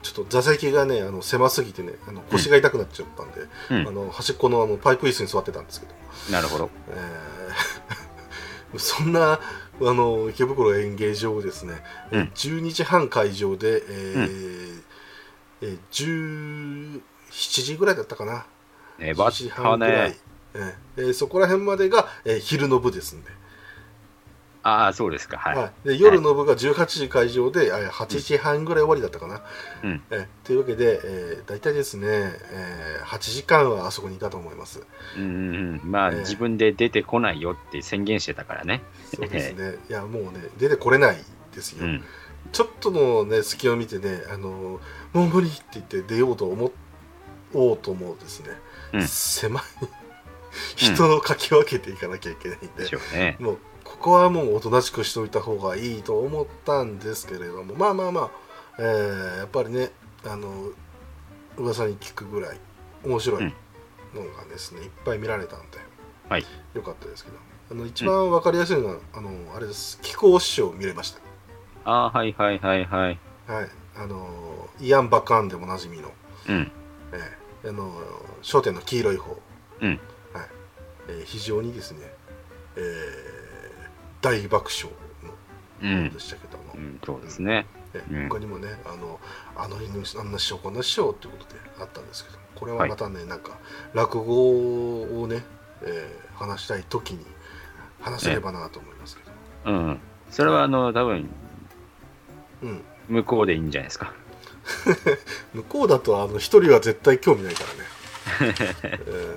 S1: ちょっと座席がねあの狭すぎてねあの腰が痛くなっちゃったんで、
S2: うん
S1: あの端っこのあのパイプ椅子に座ってたんですけど
S2: うん。なるほど。
S1: えー [laughs] そんなあの池袋演芸場をですね、え
S2: うん
S1: 12時半会場で、えーえー17時ぐらいだったかな
S2: 粘
S1: 7
S2: っ
S1: 時
S2: た
S1: 半ぐらい
S2: ね。、
S1: えーえーそこら辺までが、えー昼の部ですんで,、
S2: ああ、そうですか。はい。
S1: はい、で夜の部が18時会場で、えー8時半ぐらい終わりだったかな、
S2: うん
S1: えーというわけで、えー大体ですね、えー8時間はあそこにいたと思います
S2: うんうんうん。まあ、
S1: ええ
S2: 自分で出てこないよって宣言してたからね。
S1: そうですねいやもうね出てこれないですよ、
S2: うん。
S1: ちょっとのね隙を見てね、あのーもう無理って言って出ようと思おうと思うですね、
S2: うん
S1: 狭い人をかき分けていかなきゃいけないん
S2: で
S1: で
S2: し、ょうね。
S1: もうここはもうおとなしくしておいた方がいいと思ったんですけれどもまあまあまあ、えーやっぱりねあの噂に聞くぐらい面白いのがですね、いっぱい見られたんで、
S2: はい
S1: よかったですけどあの一番わかりやすいのは、あのあれです貴公師匠を見れました
S2: ああ、はいはいはいはい。
S1: はい、あのーイアン・バカーンでもおなじみの、
S2: うん。
S1: えーあのー商店の黄色い方、
S2: うん
S1: はいえー非常にですね、えー大爆笑
S2: う
S1: の
S2: ん
S1: で。したけども、
S2: うん、そうですね。
S1: え
S2: うん
S1: 他にもねあのあの人あんな師匠こんな師匠ということであったんですけどもこれはまたね、なんか落語をね、えー話したい時に話せればなと思いますけど、
S2: うん。それは、あの、多分
S1: うん、
S2: 向こうでいいんじゃないですか。
S1: 向こうだとあの一人は絶対興味ない
S2: [laughs]
S1: からねうん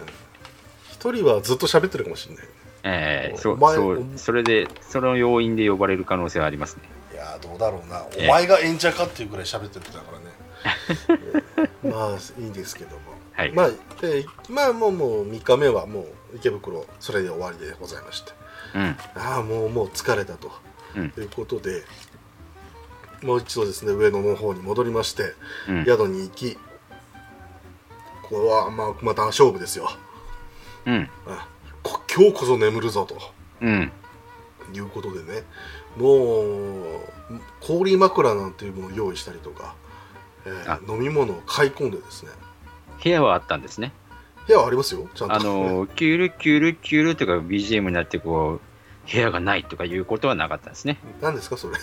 S1: 一、人はずっと喋ってるかもしれない
S2: ええ
S1: お
S2: そう、
S1: 前
S2: そう、それで、その要因で呼ばれる可能性はありますね。
S1: いやーどうだろうな
S2: え
S1: お前が演者かっていうくらい喋ってるんだ
S2: [laughs]
S1: からね、えーまあいいんですけども、
S2: はい。
S1: まあでまあもうもう3日目はもう池袋それで終わりでございまして
S2: うん。
S1: ああもうもう疲れたと、
S2: うん
S1: ということでもう一度ですね上野の方に戻りまして、
S2: うん。
S1: 宿に行きこれはまあまた勝負ですよ
S2: うん。
S1: あこ今日こそ眠るぞと
S2: うん。
S1: いうことでねもう氷枕なんていうものを用意したりとか、えー飲み物を買い込んでですね
S2: 部屋はあったんですね。
S1: 部屋はありますよちゃんと
S2: あの、キュルキュルキュルとか BGM になって、こう、部屋がないとかいうことはなかったですね。
S1: 何ですかそれ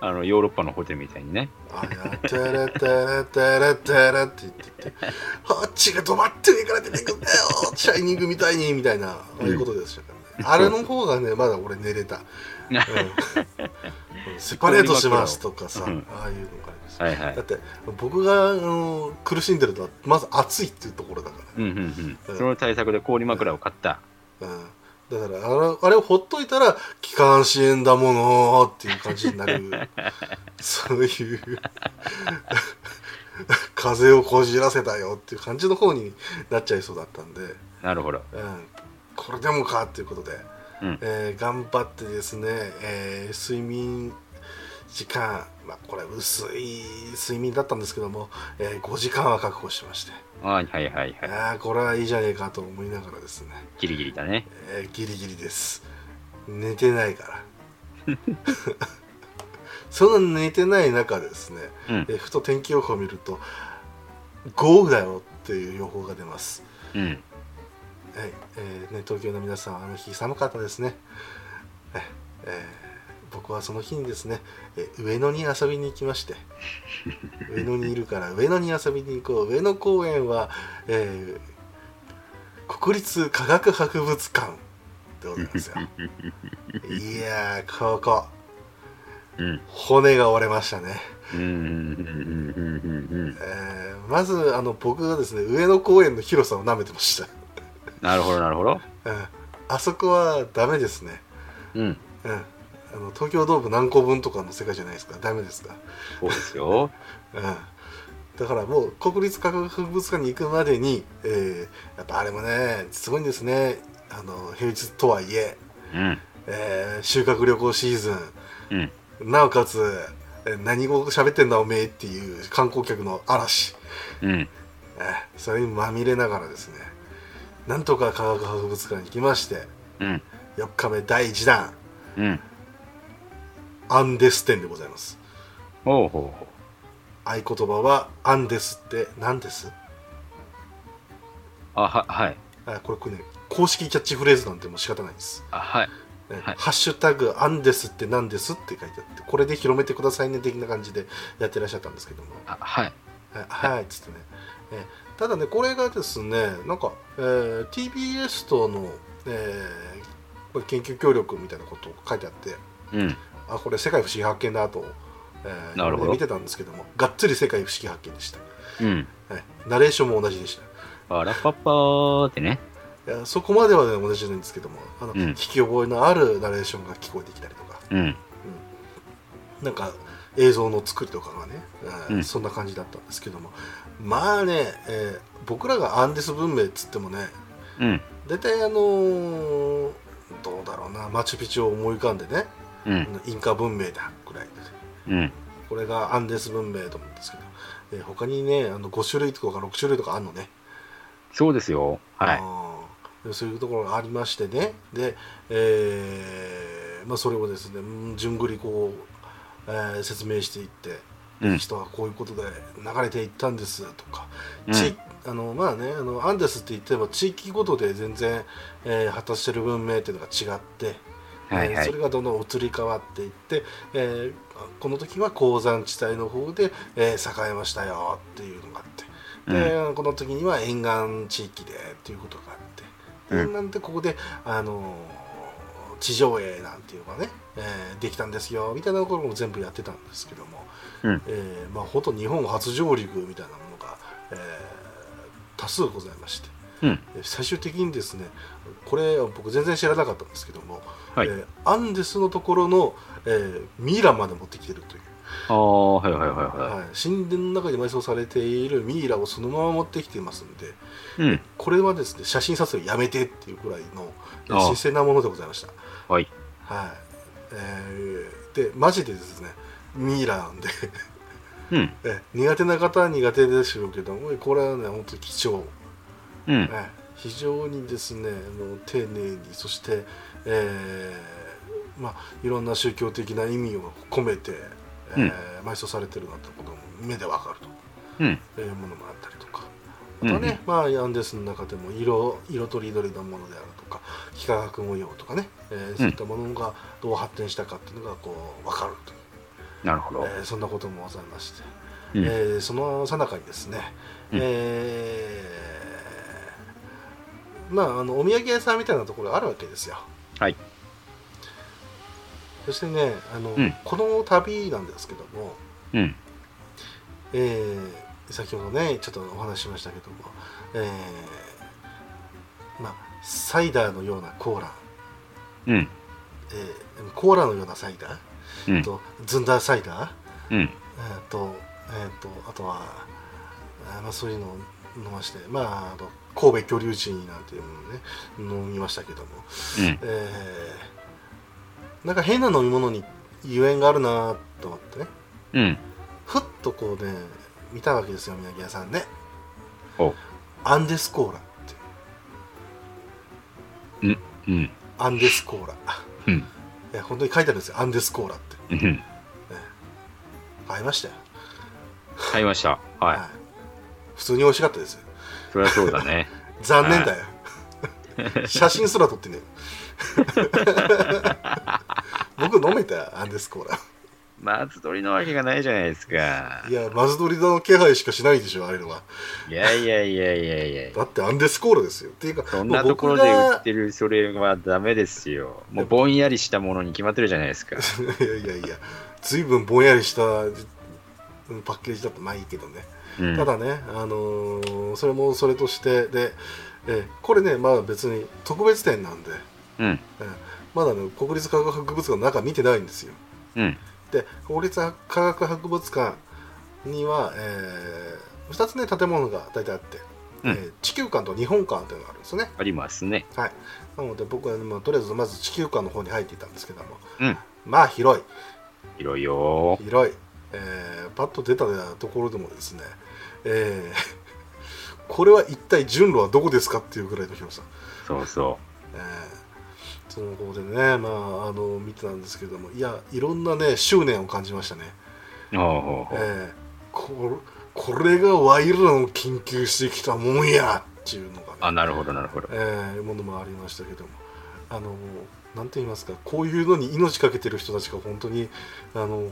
S2: あの、ヨーロッパのホテルみたいにね。
S1: あやたらたらたらたらって言っててあっちが止まってねえから出てくんだよシャイニングみたいにみたいなああいうことでしたからね、あれの方がねまだ俺寝れた、うんセパレートしますとかさ、
S2: うん
S1: ああいうのがねです、
S2: はいはい
S1: だって僕があの苦しんでるのはまず暑いっていうところだか
S2: うんうんうんその対策で氷枕を買った
S1: ら、うん、だからあのあれをほっといたら気管支炎だものっていう感じにな
S2: [laughs]
S1: るそういう風邪をこじらせたよっていう感じの方になっちゃいそうだったんで、
S2: なるほど
S1: うん、これでもかっていうことで、
S2: うん
S1: えー頑張ってですね、えー睡眠時間、まあ、これ薄い睡眠だったんですけども、えー5時間は確保しまして
S2: はいはいはいはい
S1: ああこれはいいじゃねえかと思いながらですね、
S2: ギリギリだね
S1: えーギリギリです寝てないから [laughs] そんな寝てない中ですね、
S2: うん
S1: えーふと天気予報を見ると豪雨だよっていう予報が出ます
S2: うん
S1: はい、えーね、東京の皆さん、あの日寒かったですね。ええー僕はその日にですね、えー上野に遊びに行きまして、 [laughs] 上野にいるから上野に遊びに行こう。上野公園は、えー国立科学博物館でございますよ。いやー、ここ、
S2: うん
S1: 骨が折れましたね。
S2: うんうんうんうんうん
S1: えーまず、あの、僕がですね、上野公園の広さを舐めてました。
S2: なるほどなるほど
S1: うんあそこはダメですね。
S2: うん
S1: うん、あの東京ドーム何個分とかの世界じゃないですかダメですか、
S2: そうですよ
S1: うん、だからもう国立科学博物館に行くまでに、えーやっぱあれもねすごいんですねあの平日とはいえ
S2: うん
S1: えー修学旅行シーズ
S2: うん
S1: ンなおかつえー何語喋ってんだおめえっていう観光客の嵐、
S2: うん
S1: えーそれにまみれながらですねなんとか科学博物館に来まして
S2: うん
S1: 4日目第1弾
S2: うん
S1: アンデス展でございます
S2: ほうほうほ
S1: 合言葉は「アンデス」って何です
S2: うあははい
S1: あこれこれね公式キャッチフレーズなんてもう仕方ないです、
S2: あはい
S1: ね
S2: はい
S1: ハッシュタグアンデスって何ですって書いてあってこれで広めてくださいね的な感じでやってらっしゃったんですけども
S2: あはい
S1: はいはいっつってね、えーただねこれがですねなんか、えー TBS との、えー研究協力みたいなことを書いてあって
S2: うん
S1: あこれ世界不思議発見だと、えー
S2: なるほど
S1: 見てたんですけどもがっつり世界不思議発見でした、
S2: うん
S1: はい、ナレーションも同じでした
S2: パラパッパーってね
S1: いやそこまでは、ね、同じじゃないんですけどもあの、
S2: うん
S1: 聞き覚えのあるナレーションが聞こえてきたりとか
S2: うん
S1: なんか映像の作りとかがね、えー
S2: うん
S1: そんな感じだったんですけどもまあね、えー僕らがアンデス文明っつってもね
S2: うん
S1: 大体あのーどうだろうなマチュピチュを思い浮かんでね
S2: うん
S1: インカ文明だぐらいで
S2: うん
S1: これがアンデス文明と思うんですけど、えー他にねあの5種類とか6種類とかあるのね
S2: そうですよはい
S1: い、そういうところがありましてねで、えーまあ、それをですねうん順繰りこう、えー説明していって、
S2: うん
S1: 人はこういうことで流れていったんですとか、
S2: うん
S1: 地あのまあねあのアンデスって言っても地域ごとで全然、えー果たしてる文明っていうのが違って。
S2: はい
S1: えー
S2: はい
S1: それがどんどん移り変わっていって、えーこの時は鉱山地帯の方で、えー栄えましたよっていうのがあってで、この時には沿岸地域でっていうことがあってで
S2: うん
S1: なんでここで、あのー地上絵なんていうのがね、えーできたんですよみたいなところも全部やってたんですけども、
S2: うん
S1: えーまあ、ほんと日本初上陸みたいなものが、えー多数ございまして。
S2: うん
S1: えー最終的にですねこれ僕全然知らなかったんですけども、
S2: はい
S1: えーアンデスのところの、えーミイラまで持ってきてるという、
S2: ああはいはいはいは
S1: はい、神殿の中に埋葬されているミイラをそのまま持ってきていますので
S2: いうん
S1: これはですね写真撮影やめてっていうくらいのえー
S2: ああ
S1: 神聖なものでございました
S2: はい
S1: はいえーでマジでですねミイラなんで
S2: うん
S1: え苦手な方は苦手でしょうけどもこれはね本当貴重
S2: うん
S1: はい非常にですねあの丁寧にそして、えーまあ、いろんな宗教的な意味を込めて、えー埋葬されてるなってことも目でわかる
S2: うん
S1: というものもあったりとか。
S2: う
S1: ま
S2: ん
S1: たね、まあ、ヤンデスの中でも色色とりどりのものであるとか幾何学模様とかね、えーそういったものがどう発展したかっていうのがこう分かるという
S2: なるほど
S1: えーそんなこともございまして、
S2: うん
S1: えーその最中にですね、
S2: うん
S1: えーまああのお土産屋さんみたいなところがあるわけですよ
S2: はい
S1: そしてねあの、
S2: うん
S1: この旅なんですけども
S2: うん
S1: えー先ほどねちょっとお話ししましたけども、えーまあ、サイダーのようなコーラ、
S2: うん。
S1: えーコーラのようなサイダー、
S2: うん。
S1: とずんだサイダー、
S2: うん。
S1: えーとえーとあとは、あーまあ、そういうのを飲まして、まあ、あの神戸居留人なんていうのもね飲みましたけども、
S2: うん。
S1: えーなんか変な飲み物にゆえんがあるなと思ってね
S2: うん。
S1: ふっとこうね見たわけですよ宮城屋さんね
S2: お
S1: アンデスコーラって
S2: うん。
S1: アンデスコーラ
S2: うん。
S1: え本当に書いてあるんですよアンデスコーラって
S2: うん。
S1: 買いましたよ、
S2: 買いました。は
S1: はい
S2: い。
S1: 普通に美味しかったですよ
S2: そりゃそうだ [laughs] ね。
S1: 残念だよ写真すら撮ってね
S2: [laughs]
S1: えよ僕飲めたよアンデスコーラ
S2: 松鳥のわけがないじゃないですか。
S1: いやマズドリの気配しかしないでしょあれのはい
S2: やいやいやいやいや。
S1: だってアンデスコーラですよっていうか
S2: そんな
S1: もう
S2: と
S1: 僕
S2: ころで売
S1: が
S2: ってるそれはダメですよ。もうぼんやりしたものに決まってるじゃないですか。
S1: いやいやいや、ずいぶんぼんやりしたうんパッケージだったまあいいけどね、
S2: うん
S1: た。だね、あのーそれもそれとして、でえーこれね、まあ別に特別展なんで、
S2: うん。
S1: まだね、国立科学博物館の中見てないんですよ。
S2: うん。
S1: で、国立科学博物館には、え2つね、建物が大体あって、
S2: うん
S1: えー地球館と日本館というのがあるんですよね。
S2: ありますね。
S1: はい、なので僕は、まあ、とりあえずまず地球館の方に入っていたんですけども、
S2: うん。
S1: まあ広い。
S2: 広いよ。
S1: 広い、えーパッと出たところでもですね、えー [laughs] これは一体順路はどこですかっていうぐらいの広さ、
S2: そうそ
S1: えーその方でね、まあ、あの見てたんですけどもいやいろんなね執念を感じましたね、
S2: う。ほうほうほう。
S1: えーここれがワイルドの研究してきたもんやっていうのがね、
S2: あ、なるほど、なるほど。
S1: えーものもありましたけどもあのなんて言いますかこういうのに命かけてる人たちが本当にあの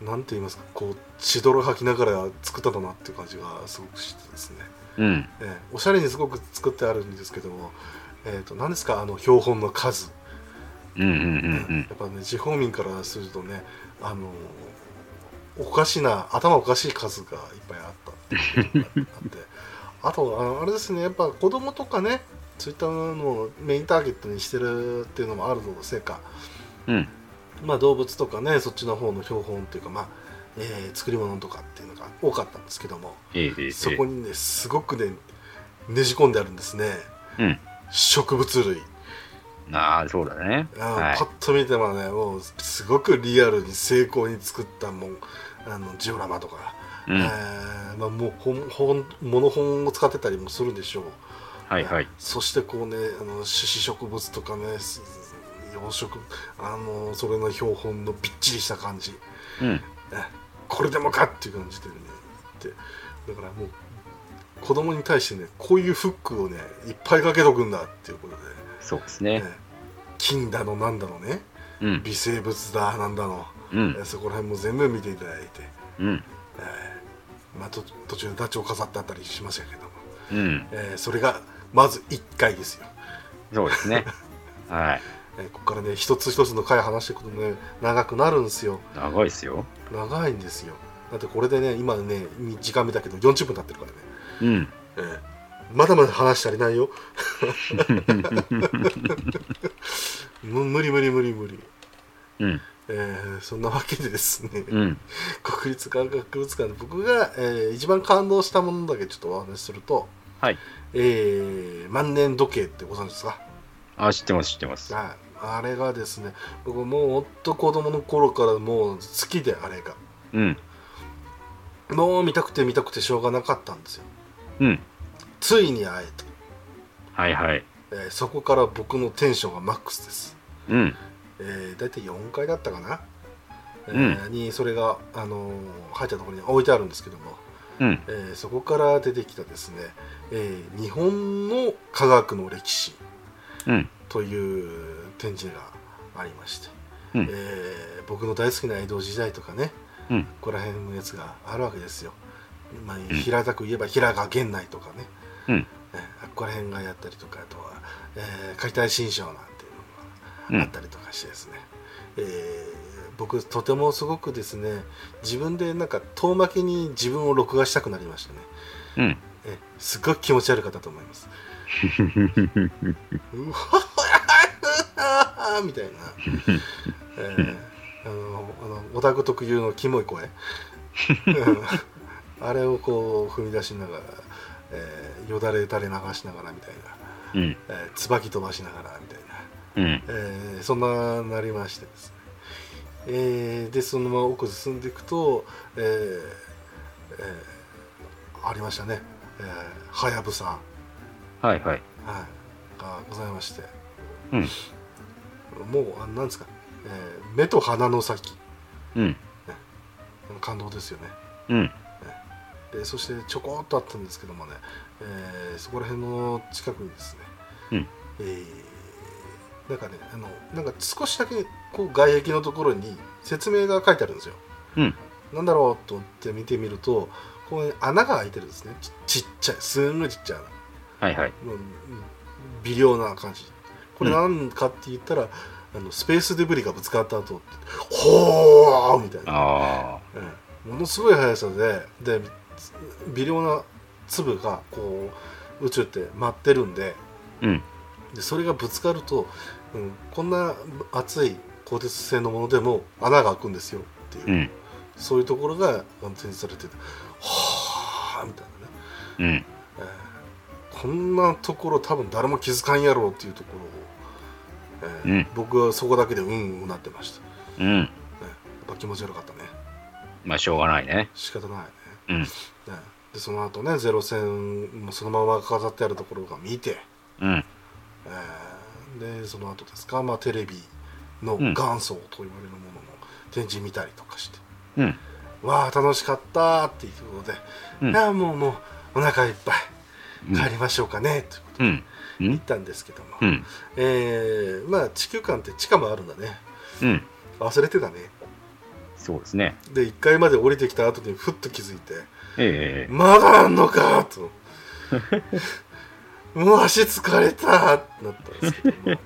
S1: なんて言いますかこう血泥吐きながら作ったんだなっていう感じがすごくしてですね、
S2: うん。
S1: えーおしゃれにすごく作ってあるんですけども、えー、と何ですかあの標本の数、
S2: うんうん
S1: やっぱね地方民からするとねあのおかしな頭おかしい数がいっぱいあったっていうのがあって [laughs] あとあのあれですねやっぱ子供とかねそういったものをメインターゲットにしてるっていうのもあるのせいか、
S2: うんうん。うん。
S1: まあ、動物とかねそっちの方の標本っていうか、まあえー作り物とかっていうのが多かったんですけども
S2: ええええええ。
S1: そこにねすごくねねじ込んであるんですね
S2: うん。
S1: 植物類。
S2: ああ、そうだね。
S1: あの
S2: はい
S1: パ。ッと見てもねもうすごくリアルに精巧に作ったもんあのジオラマとか、
S2: う
S1: え
S2: ん。
S1: ーまあ、もう本本モノ本を使ってたりもするでしょう、
S2: はいはい。
S1: そしてこうねあの種子植物とかねす養殖あのそれの標本のびっちりした感じ
S2: うん。
S1: これでもかっていう感じでねってだからもう子供に対してねこういうフックをねいっぱいかけとくんだっていうこと
S2: そうです
S1: で、
S2: ね
S1: ね。、金だのなんだのね
S2: うん。
S1: 微生物だなんだの、
S2: うん。
S1: そこら辺も全部見ていただいて、
S2: うん。
S1: えーまあ、と途中でダチョウ飾ってあったりしましたけども、
S2: うん。
S1: えーそれがまず1回ですよ、
S2: そうですね。はい。
S1: えーここからね一つ一つの回話していくとね長くなるんですよ
S2: 長いですよ。
S1: 長いんですよだってこれでね今ね時間見たけど40分経ってるからね、
S2: うん。
S1: えーまだまだ話足りないよ [laughs] む無理無理無理無理、
S2: うん。
S1: えーそんなわけでですね、
S2: うん。
S1: 国立科学博物館で僕が、えー一番感動したものだけちょっとお話しすると、
S2: はい。
S1: えー万年時計ってご存知ですか
S2: あ、知ってます、知ってます。
S1: ああれがですね僕もうほんと子供の頃からもう好きであれが
S2: うん。
S1: もう見たくて見たくてしょうがなかったんですよ
S2: うん。
S1: ついに会えた、
S2: はいはい。
S1: えーそこから僕のテンションがマックスです、
S2: うん。
S1: えー、大体4階だったかな、え
S2: う
S1: ーにそれが、あのー入ったところに置いてあるんですけども、
S2: うん。
S1: えーそこから出てきたですね、えー日本の科学の歴史
S2: うん。
S1: という展示がありまして、
S2: うん
S1: えー僕の大好きな江戸時代とかね、
S2: うん
S1: ここら辺のやつがあるわけですよ、まあ、平たく言えば平賀源内とかね、
S2: うん。
S1: えーここら辺がやったりとかあとは、えー解体新書なんていうのがあったりとかしてですね、えー僕とてもすごくですね自分でなんか遠巻きに自分を録画したくなりましたね [laughs]
S2: うん。
S1: えすっごく気持ち悪かったと思いますうわ [laughs] みたいな、えーあのあのオタク特有のキモい声うんあれをこう踏み出しながら、えーよだれ垂れ流しながらみたい
S2: うん。
S1: な、えー、椿飛ばしながらみたいな、
S2: うん。
S1: えーそんななりましてですね、えーでそのまま奥進んでいくと、えーえーありましたねえーはやぶさ
S2: はいはい。
S1: はい、がございまして、
S2: うん
S1: もうあなんですか、えー目と鼻の先
S2: うん。
S1: 感動ですよね
S2: うん。
S1: でそしてちょこっとあったんですけどもね、えーそこら辺の近くにですね、えーなんかねあのなんか少しだけこう外壁のところに説明が書いてあるんですよ、
S2: うん
S1: なんだろうと思って見てみるとここに穴が開いてるんですねちちっちゃいすんごいちっちゃい穴
S2: はいはい。
S1: もううん微量な感じこれなんかって言ったら、あのスペースデブリがぶつかった後ほーみたいな、
S2: あ
S1: うんものすごい速さででつ微量な粒がこう宇宙って舞ってるんで
S2: あ。うん。
S1: でそれがぶつかると、うん、こんな熱い鋼鉄製のものでも穴が開くんですよっていう、
S2: うん。
S1: そういうところがあの展示されててはーみたいなね
S2: うん。
S1: えーこんなところ多分誰も気づかんやろうっていうところを、えー
S2: うん
S1: 僕はそこだけでうんうんなってました、や
S2: うん。
S1: っぱ気持ち悪かったね
S2: まあ、しょうがないね。
S1: 仕方ないね、
S2: うん。
S1: ねでその後ねゼロ戦もそのまま飾ってあるところが見て、
S2: うん。
S1: えーでその後ですか、まあ、テレビの
S2: うん
S1: 元祖と言われるものの展示見たりとかして、
S2: うん。
S1: わあ楽しかったっていうことで、
S2: うん
S1: ああもうもうお腹いっぱい帰りましょうかね、ということ
S2: う
S1: で
S2: ん。う
S1: 行っ
S2: ん。
S1: たんですけども、
S2: うん。
S1: えー、まあ地球館って地下もあるんだね
S2: うん。
S1: 忘れてたね
S2: そうですね。
S1: で1階まで降りてきた後にふっと気づいて
S2: え
S1: 「
S2: え
S1: まだあんのか!」と [laughs] 「もう足疲れた!」ってなったんですけども、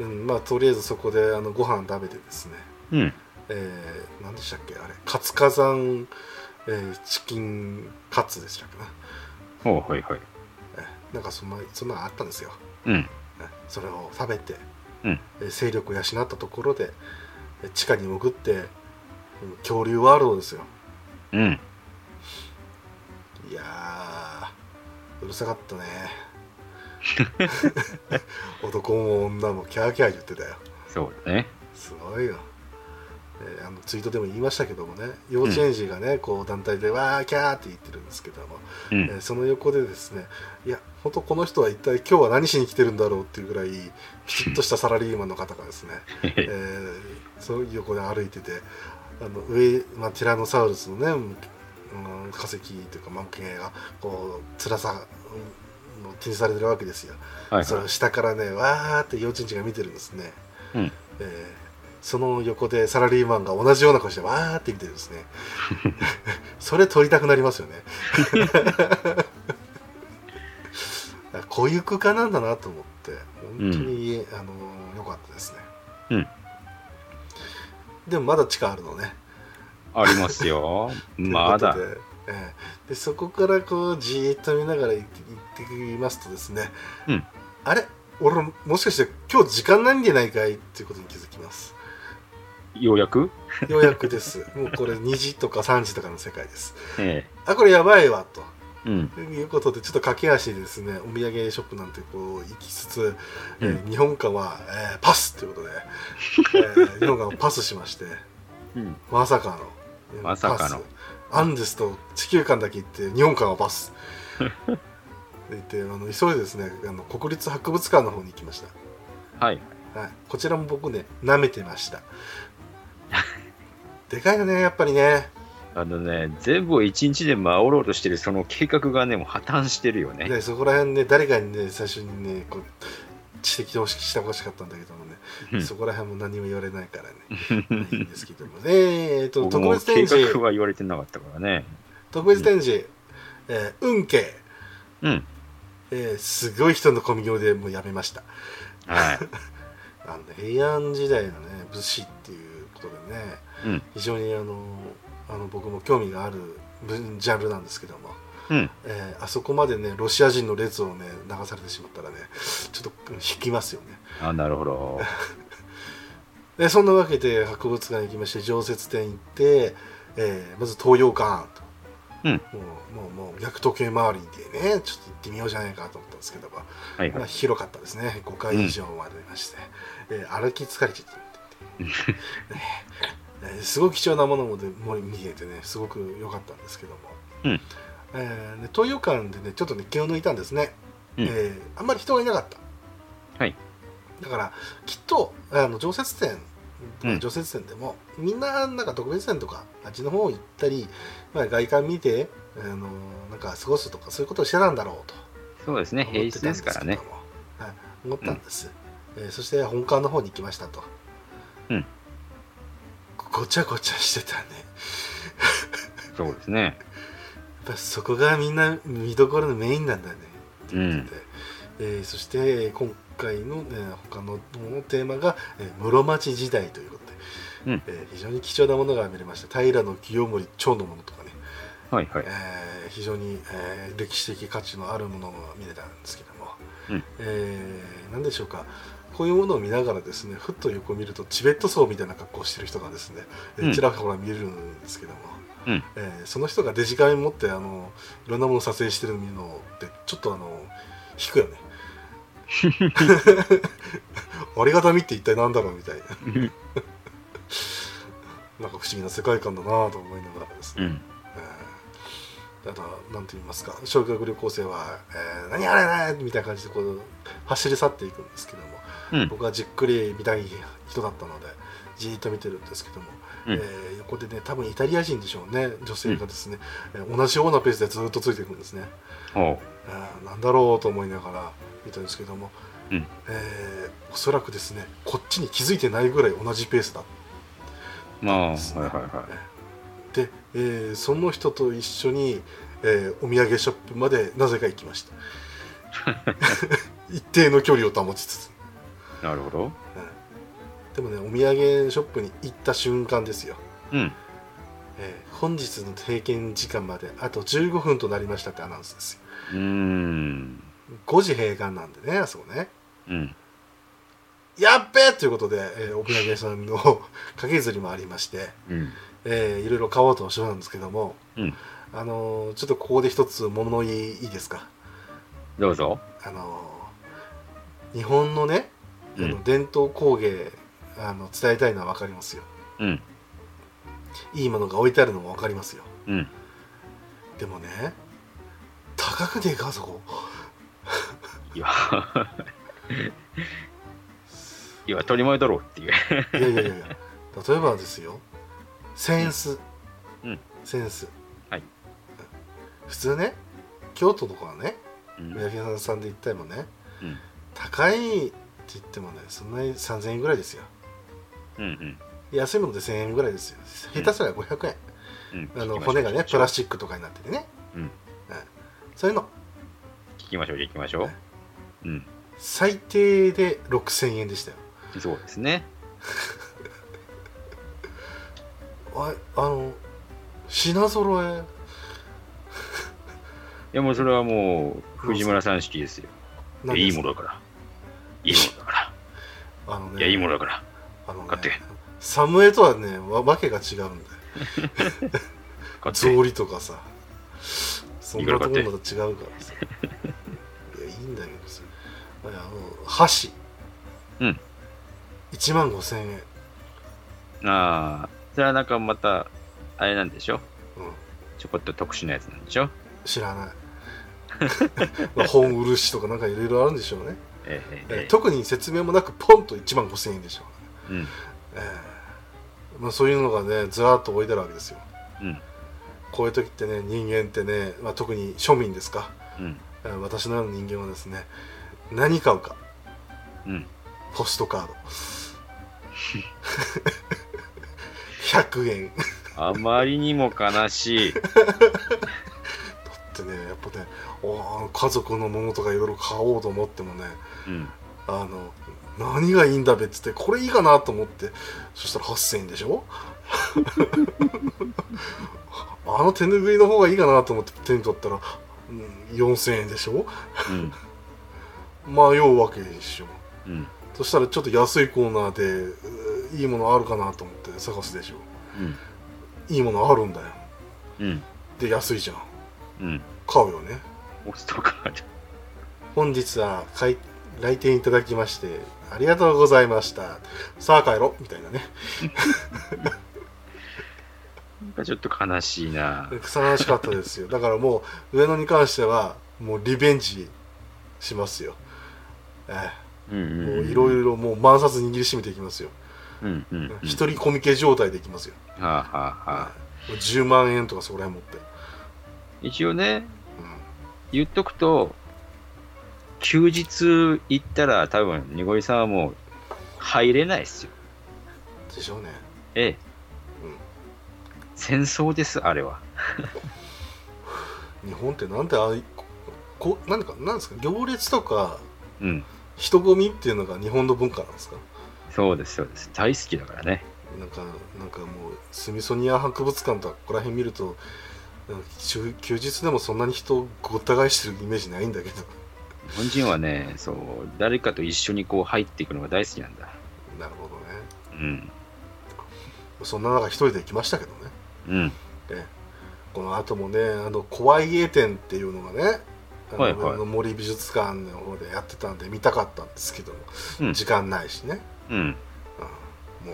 S1: うん、まあとりあえずそこであのご飯食べてですね、
S2: うん。
S1: えー、何でしたっけあれカツカザン、えーチキンカツでしたっけな、
S2: ほう、はいはい。
S1: えーなんかそんなそんなのあったんですよ
S2: うん。
S1: それを食べて、
S2: うん
S1: えー勢力を養ったところでえー地下に潜ってうん恐竜ワールドですよ
S2: うん。
S1: いやーうるさか
S2: [laughs]
S1: ったね男も女もキャーキャー言ってたよ
S2: そうだね。
S1: すごいよ、えーあのツイートでも言いましたけどもね幼稚園児がね、こう団体でわーキャーって言ってるんですけども、
S2: う
S1: えー
S2: ん。
S1: その横でですねいや本当この人は一体今日は何しに来てるんだろうっていうぐらいきちっとしたサラリーマンの方がですね、えーその横で歩いててあの上、まあ、ティラノサウルスのね、うん、化石というか模型がこう辛さうんを気にされてるわけですよ、
S2: はい
S1: それ
S2: は
S1: を下からねわーって幼稚園児が見てるんですね、
S2: い。うん。
S1: えーその横でサラリーマンが同じような顔してわーって見てるんです
S2: [laughs]
S1: ねそれ撮りたくなりますよねこういう空間なんだなと思って本当に、あの良かったですね
S2: うん。
S1: でもまだ地下あるのね
S2: ありますよ。ま
S1: [laughs]
S2: だ
S1: と。いうことで,、ええでそこからこうじーっと見ながら行って行ってみますとですね、
S2: うん
S1: あれ俺もしかして今日時間ないんじゃないかいっていうことに気づきます
S2: ようやく
S1: ようやくです。
S2: [laughs]
S1: もうこれ2時とか3時とかの世界です。
S2: え
S1: あ、これやばいわ、と。
S2: えうん。
S1: いうことで、ちょっと駆け足でですね、お土産ショップなんてこう行きつつ、えー日本館は、えーパスということで、えー日本館をパスしまして、
S2: うん。
S1: まさかの。
S2: まさか
S1: パ
S2: の
S1: ス。アンデスと地球館だけ行って、日本館はパ
S2: [laughs]
S1: ス。で行ってあの急いでですねあの国立博物館の方に行きまし
S2: はい。
S1: た、はい、こちらも僕ね舐めてました
S2: [laughs]
S1: でかいよねやっぱりね
S2: あのね、全部を一日で回ろうとしてる、その計画がね、もう破綻してるよね。
S1: ね、そこら辺ね誰かにね最初にねこう指摘をしてほしかったんだけどもね、
S2: うん [laughs]
S1: そこら辺も何も言われないからねいいんですけどもえー、と
S2: 僕
S1: 特
S2: も
S1: 別
S2: 計
S1: 展
S2: 画
S1: 示
S2: は言われてなかったからね。
S1: 特別展示、えー運慶、
S2: うん。
S1: えーすごい人の込み行でもうやめました
S2: はい。
S1: あの平安時代のね武士っていうことでね、
S2: うん
S1: 非常にあのあの僕も興味がある分ジャンルなんですけども、
S2: うん
S1: えーあそこまでねロシア人の列をね流されてしまったらねちょっと引きますよね
S2: あなるほど
S1: でそんなわけで博物館行きまして常設展行って、えーまず東洋館と、
S2: うん
S1: もうもうもう逆時計回りでねちょっと行ってみようじゃないかと思ったんですけども、
S2: はい
S1: ま
S2: は
S1: あ、
S2: い
S1: 広かったですね5回以上までありまして、えー歩き疲れちゃ
S2: [laughs]
S1: ったって言って、ねえーすごく貴重なものもでも見えてねすごく良かったんですけども、
S2: うん
S1: えーね東洋館でねちょっとね気を抜いたんですね、
S2: うん
S1: えーあんまり人がいなかった
S2: はい
S1: だからきっとあの常設展
S2: うん
S1: 常設展でも、みんななんか特別展とかあっちの方行ったり、まあ、外観見てあのなんか過ごすとかそういうことをしてたんだろうと
S2: そうですね平日ですからね
S1: 思ってたんですけどもはい思ったんです、えーそして本館の方に行きましたと、
S2: うん
S1: ごごちゃごちゃしてたね
S2: そうですね
S1: やっぱそこがみんな見どころのメインなんだねって言ってて、えーそしてえー今回の、えー他ののテーマが、えー室町時代ということで、
S2: うん
S1: えー非常に貴重なものが見れました平清盛町のものとかね、
S2: はいはい
S1: えー非常に、えー歴史的価値のあるものが見れたんですけども、
S2: うん
S1: えー何でしょうかこういうものを見ながらですねふっと横を見るとチベット層みたいな格好をしてる人がですね、えー
S2: うん
S1: ちらほら見えるんですけども、
S2: うん
S1: えーその人がデジカメ持ってあのいろんなものを撮影してるのってちょっとあの引く
S2: [laughs]
S1: よね [laughs] ありがたみって一体何だろうみたいななんか不思議な世界観だなと思いながらですね、
S2: うん
S1: えーあとなんて言いますか小学旅行生は「えー何あれ何あれみたいな感じでこう走り去っていくんですけども、
S2: うん
S1: 僕はじっくり見たい人だったのでじーっと見てるんですけども、
S2: うん
S1: えー横でね多分イタリア人でしょうね女性がですね、えー同じようなペースでずっとついていくんですね、
S2: ほ
S1: あーなんだろうと思いながら見たんですけども、
S2: うん
S1: えーおそらくですねこっちに気づいてないぐらい同じペースだっ
S2: うまあはいはいはい
S1: で、えーその人と一緒に、えーお土産ショップまでなぜか行きま
S2: [laughs]
S1: した一定の距離を保ちつつ、
S2: なるほど
S1: うんでもねお土産ショップに行った瞬間ですよ、
S2: うん
S1: えー本日の閉店時間まであと15分となりましたってアナウンスですよ
S2: うーん
S1: 5時閉館なんでねあそこね
S2: うん
S1: やっべえということで、えーお土産屋さんの [laughs] 掛けずりもありまして、
S2: うん
S1: えーいろいろ買おうとはしてたんですけども、
S2: うん
S1: あのーちょっとここで一つ物言いいいですか
S2: どうぞ
S1: あのー日本のね、
S2: う
S1: あ
S2: ん
S1: の伝統工芸あの伝えたいのは分かりますよ
S2: うん
S1: いいものが置いてあるのも分かりますよ
S2: うん
S1: でもね高くねえかあそこ
S2: いやいや当たり前だろうっていう
S1: いやいやいやいや例えばですよセンス、
S2: うん
S1: センス
S2: はい
S1: 普通ね京都とかはね
S2: うん
S1: 三宅屋さんで行ったりもね、
S2: うん
S1: 高いって言ってもねそんなに3000円ぐらいですよ
S2: うん
S1: 安いもので1000円ぐらいですよ下手すら500円、
S2: うん
S1: あの骨がねプラス
S2: ス
S1: チックとかになっててね、
S2: うん
S1: そういうの
S2: 聞きましょう聞きましょううん
S1: 最低で6000円でしたよ
S2: そうですね
S1: ああの品揃え
S2: いやもうそれはもう藤村さん式ですよ
S1: なんですか
S2: いやいいものだからいいものだから
S1: あの、ね、
S2: いやいいものだから
S1: あの、ね、
S2: 買って
S1: サムエとはねわわけが違うんだよ
S2: 買って
S1: 草履とかさそんなところまた違うからさ [laughs] いやいいんだけどさいやあの箸
S2: うん
S1: 1万5000円、
S2: ああそれはなんかまたあれなんでしょ
S1: うん、
S2: ちょこっと特殊なやつなんでしょ
S1: 知らない [laughs] まあ本漆とかなんかいろいろあるんでしょうね、
S2: え
S1: えー
S2: ええ
S1: 特に説明もなくポンと1万5000円でしょう、
S2: えうん
S1: えーまあ、そういうのがねずらっと置いてあるわけですよ
S2: うん
S1: こういう時ってね人間ってね、まあ、特に庶民ですか
S2: うん
S1: えー私のような人間はですね何買うか
S2: うん
S1: ポストカード100円だ
S2: あまりにも悲しい
S1: ってねやっぱねおー家族のものとかいろいろ買おうと思ってもね
S2: うん
S1: あの何がいいんだべっつってこれいいかなと思ってそしたら8000円でしょ [laughs] あの手ぬぐいの方がいいかなと思って手に取ったら、うん、4000円でしょ
S2: うん
S1: 迷うわけでしょ
S2: うん
S1: そしたらちょっと安いコーナーでうーいいものあるかなと思って探すでしょ
S2: うん
S1: いいものあるんだよ
S2: うん
S1: で安いじゃん
S2: うん
S1: 買うよね
S2: 押すとかじゃ
S1: 本日は買い来店いただきましてありがとうございましたさあ帰ろみたいなね
S2: なんかちょっと悲しいな
S1: 悲しかったですよだからもう上野に関してはもうリベンジしますよえ
S2: うん
S1: え
S2: うん
S1: も
S2: う
S1: うんいろいろもう万冊握りしめていきますよ
S2: うんうんうん
S1: 一人コミケ状態でいきますよ
S2: はあはあはあ
S1: もう10万円とかそこら辺持って、
S2: 一応ね言っとくと休日行ったら多分にごりさんはもう入れないですよ
S1: うん、でしょうね
S2: ええ
S1: うん
S2: 戦争ですあれは
S1: 日本ってなんてああいここなんでかなんですか行列とか
S2: うん
S1: 人混みっていうのが日本の文化なんですか
S2: そうですそうです大好きだからね
S1: なんかなんかもうスミソニアン博物館とかここら辺見るとなんか休休日でもそんなに人ごった返してるイメージないんだけど
S2: 日本人はねそう誰かと一緒にこう入っていくのが大好きなんだ
S1: なるほどね
S2: うん
S1: そんな中一人で行きましたけどね
S2: うん
S1: この後もねあの怖い家展っていうのがねあの
S2: はいはい
S1: 上野森美術館の方でやってたんで見たかったんですけど、
S2: うん
S1: 時間ないしね、
S2: うん
S1: うんも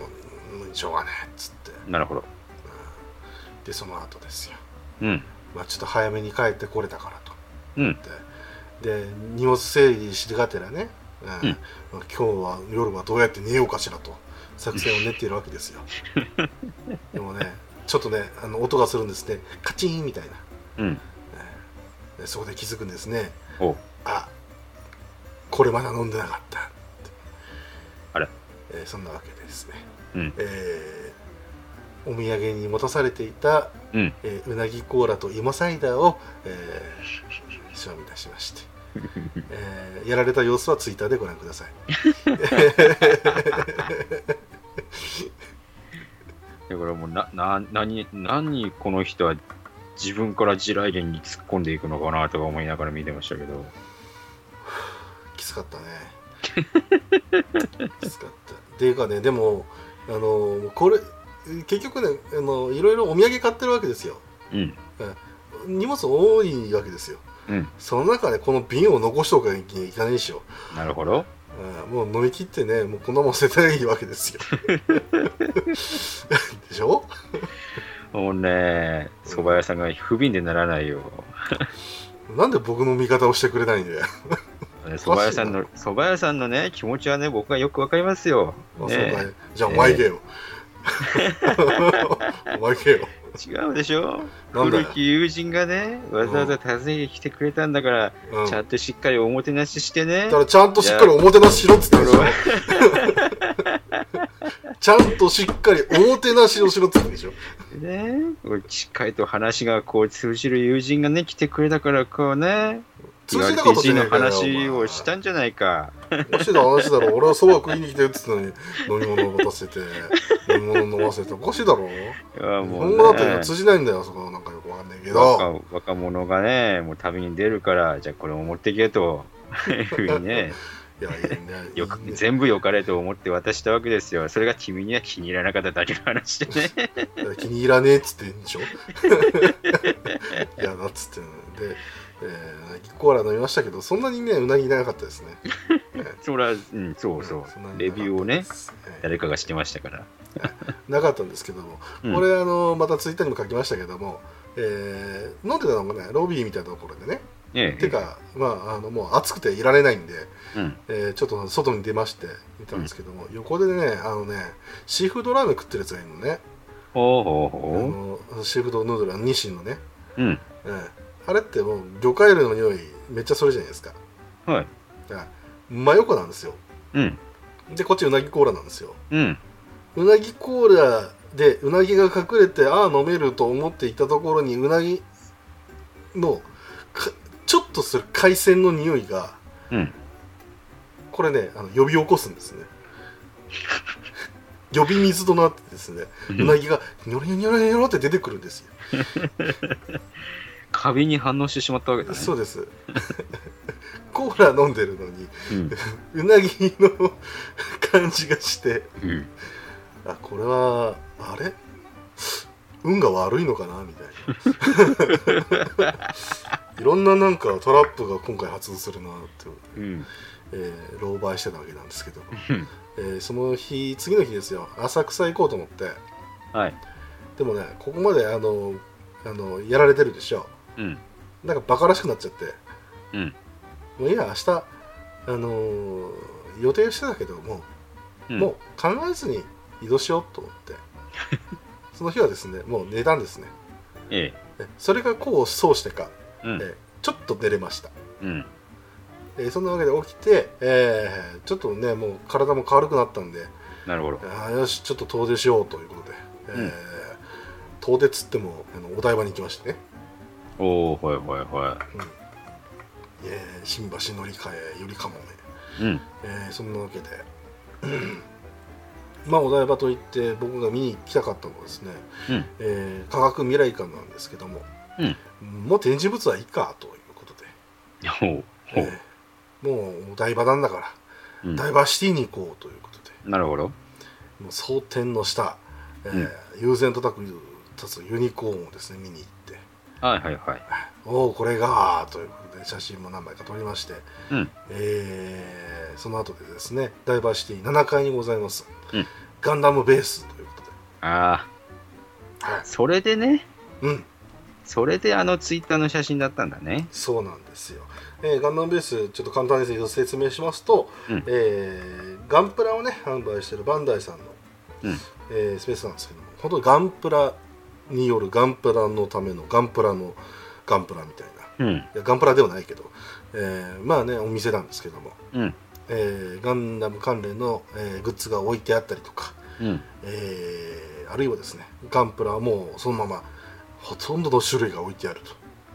S1: ううんしょうがねえっつって
S2: なるほど
S1: でその後ですよ
S2: うん
S1: まあ、ちょっと早めに帰ってこれたからと。
S2: うん
S1: で荷物整理しがてらね、うん
S2: うん
S1: まあ今日は夜はどうやって寝ようかしらと作戦を練っているわけですよでもねちょっとねあの音がするんですねカチンみたい
S2: うん
S1: なでそこで気づくんですね
S2: お
S1: あこれまだ飲んでなかったって
S2: あれ
S1: えーそんなわけでですね、
S2: うん
S1: えーお土産に持たされていた
S2: うん
S1: えーうなぎコーラと芋サイダーを、えー、賞味出しま
S2: [laughs]
S1: して、えーやられた様子はツイッターでご覧ください
S2: だからもうなな何何この人は自分から地雷原に突っ込んでいくのかなとか思いながら見てましたけど
S1: きつか
S2: [laughs]
S1: ったねきつかったっていうかねでもあのこれ結局ねあのいろいろお土産買ってるわけですよ
S2: うん
S1: 荷物多いわけですよ
S2: うん
S1: その中でこの瓶を残しておかなきゃいけないでしょ、
S2: なるほど
S1: うんもう飲み切ってねもうこんなもん捨てたらいいわけです
S2: [laughs]
S1: よでしょ
S2: もうね蕎麦屋さんが不憫でならないよ
S1: なんで僕の味方をしてくれないんだよ。
S2: ね蕎麦屋さんの�bar麦屋さんのね気持ちはね僕はよくわかりますよ、
S1: あそう
S2: ね
S1: かいじゃあお前行けよ。 [laughs] お前行けよ。
S2: 違うでしょ
S1: なんだ
S2: 古
S1: よ。
S2: き友人がねわざわざ訪ねてきてくれたんだから、
S1: うん、
S2: ちゃ
S1: だ
S2: んとしっかりおもてなししてね
S1: からちゃんとしっかりおもてなししろっつったでしょ
S2: いや。
S1: ちゃんとしっかりおもてなしをしろっつったでしょ。
S2: ねしっかりと話がこう通じる友人がね来てくれたからこうね
S1: 通じなかったじゃね
S2: RPG
S1: え
S2: の
S1: かよ
S2: 話をしたんじゃないか
S1: もしだ話だろ。俺はそば食いに来てるっつったのに飲み物を渡せて、飲み物飲ませておかしいだろ。
S2: いや
S1: 日
S2: も
S1: 本語
S2: う
S1: だと
S2: ね
S1: 今通じないんだよ、そこなんかよくわかんないけど。
S2: 若若者がねもう旅に出るからじゃあこれを持ってけと [laughs] いうふうにね
S1: いやいやいやい
S2: [laughs] よ
S1: や
S2: く。全部よかれと思って渡したわけですよ。それが君には気に入らなかっただけの話で
S1: [laughs]
S2: ね。
S1: だから気に入らねえっつって言うんでしょいやだっつってんので、えーうなぎコーラ飲みましたけどそんなにねうなぎいなかったですね
S2: そら、うん、そうそうん
S1: な。に
S2: レ
S1: いなかったです
S2: ビューをね、
S1: はい
S2: 誰かがしてましたから。
S1: なかったんですけども、
S2: うん
S1: これあのまたツイッターにも書きましたけども、えー飲んでたのがねロビーみたいなところでね、
S2: ええ。
S1: てかまああのもう暑くていられないんで、
S2: うん。
S1: えーちょっと外に出まして見たんですけども、横でねあのねシーフードラーメン食ってるやつがいるのね
S2: ほうほう
S1: あ
S2: ほ
S1: のシーフードヌードルあのニシンのね
S2: う。うん。
S1: うんあれってもう魚介類の匂いめっちゃするじゃないですか
S2: はい。
S1: 真横なんですよ
S2: うん。
S1: でこっちうなぎコーラなんですよ
S2: うん。
S1: うなぎコーラでうなぎが隠れてああ飲めると思っていたところにうなぎのかちょっとする海鮮の匂いが
S2: うん。
S1: ここれねあの呼び起こすんですね [laughs] 呼び水となってですねうなぎがニョロニョロニョロニョロって出てくるんですよ
S2: カビに反応してしまったわけだね。
S1: そうです [laughs] コーラ飲んでるのに
S2: う
S1: う
S2: ん
S1: なぎの感じがして
S2: うん
S1: あこれはあれ運が悪いのかなみたいな [laughs] いろんななんかトラップが今回発動するなって、
S2: うん
S1: えー、狼狽してたわけなんですけど、
S2: うん
S1: えーその日次の日ですよ浅草行こうと思って
S2: はい。
S1: でもねここまであのあのやられてるでしょ
S2: うん。
S1: なんかバカらしくなっちゃって
S2: うん。
S1: もういいや明日あのー予定してたけどもう
S2: うん
S1: もう考えずに移動しようと思って [laughs] その日はですねもう寝たんですね
S2: え
S1: えそれが功を奏してか、
S2: え。うん。
S1: えちょっと寝れました、
S2: うん。
S1: えーそんなわけで起きて、えーちょっとねもう体も軽くなったんで
S2: なるほど。
S1: あーよしちょっと遠出しようということで、えー
S2: うん
S1: 遠出っつってもあのお台場に行きましてね、
S2: おおはいはいは
S1: えー新橋乗り換えよりかもね、
S2: い。うん。
S1: えーそんなわけで [clears throat] まあお台場といって僕が見に行きたかったのはですね、
S2: うん
S1: えー科学未来館なんですけども、もう展示物はいいかということで、
S2: おおほう
S1: えーもうお台場なんだから、
S2: うん
S1: ダイバーシティに行こうということで
S2: なるほど。
S1: もう蒼天の下、えー悠然と立つ立つユニコーンをですね見に行って
S2: はいはいはい。
S1: おおこれがということで写真も何枚か撮りまして、
S2: うん
S1: えーその後でですねダイバーシティ7階にございます、
S2: うん
S1: ガンダムベースということで、
S2: あ
S1: はい [laughs]
S2: あ、それでね、
S1: うん
S2: それであのツイッターの写真だったんだね。
S1: そうなんですよ、えーガンダムベースちょっと簡単に説明しますと、
S2: うん
S1: えーガンプラをね販売してるバンダイさんの、
S2: うん
S1: えースペースなんですけども本当にガンプラによるガンプラのためのガンプラのガンプラみたいな
S2: うん。
S1: いやガンプラではないけど、えーまあねお店なんですけども、
S2: うん。
S1: えーガンダム関連の、えーグッズが置いてあったりとか、
S2: うん。
S1: えーあるいはですねガンプラはもうそのままほとんどの種類が置いてあると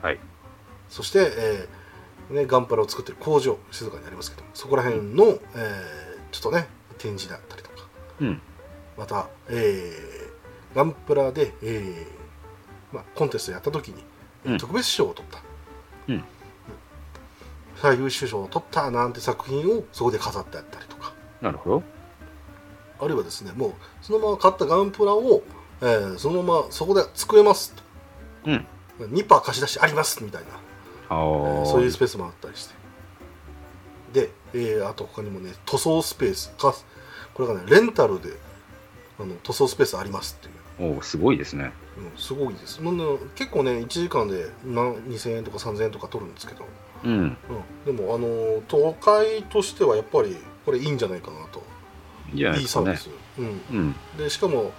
S2: はい。
S1: そして、えーね、ガンプラを作ってる工場静かにありますけどそこら辺の、えーちょっとね展示だったりとか
S2: うん。
S1: また、えーガンプラで、えーまあ、コンテストやった時に、
S2: うん
S1: 特別賞を取った、
S2: うん
S1: 最優秀賞を取ったなんて作品をそこで飾ってあったりとか
S2: なるほど。
S1: あるいはですねもうそのまま買ったガンプラを、えーそのままそこで作れます
S2: うん。
S1: と2パー貸し出しありますみたいな、
S2: あ
S1: えー
S2: あ、
S1: そういうスペースもあったりしてで、えーあと他にもね塗装スペースかこれがねレンタルであの塗装スペースありますっていう
S2: おおすごいですね。
S1: うん、すごいですなんで結構ね1時間で何2000円とか3000円とか取るんですけど、
S2: うん。
S1: うん、でもあのー都会としてはやっぱりこれいいんじゃないかなと
S2: いいじゃない
S1: い
S2: で
S1: い
S2: す
S1: サー
S2: か
S1: ビ
S2: ね。
S1: ス、うん、
S2: うん。
S1: でしかも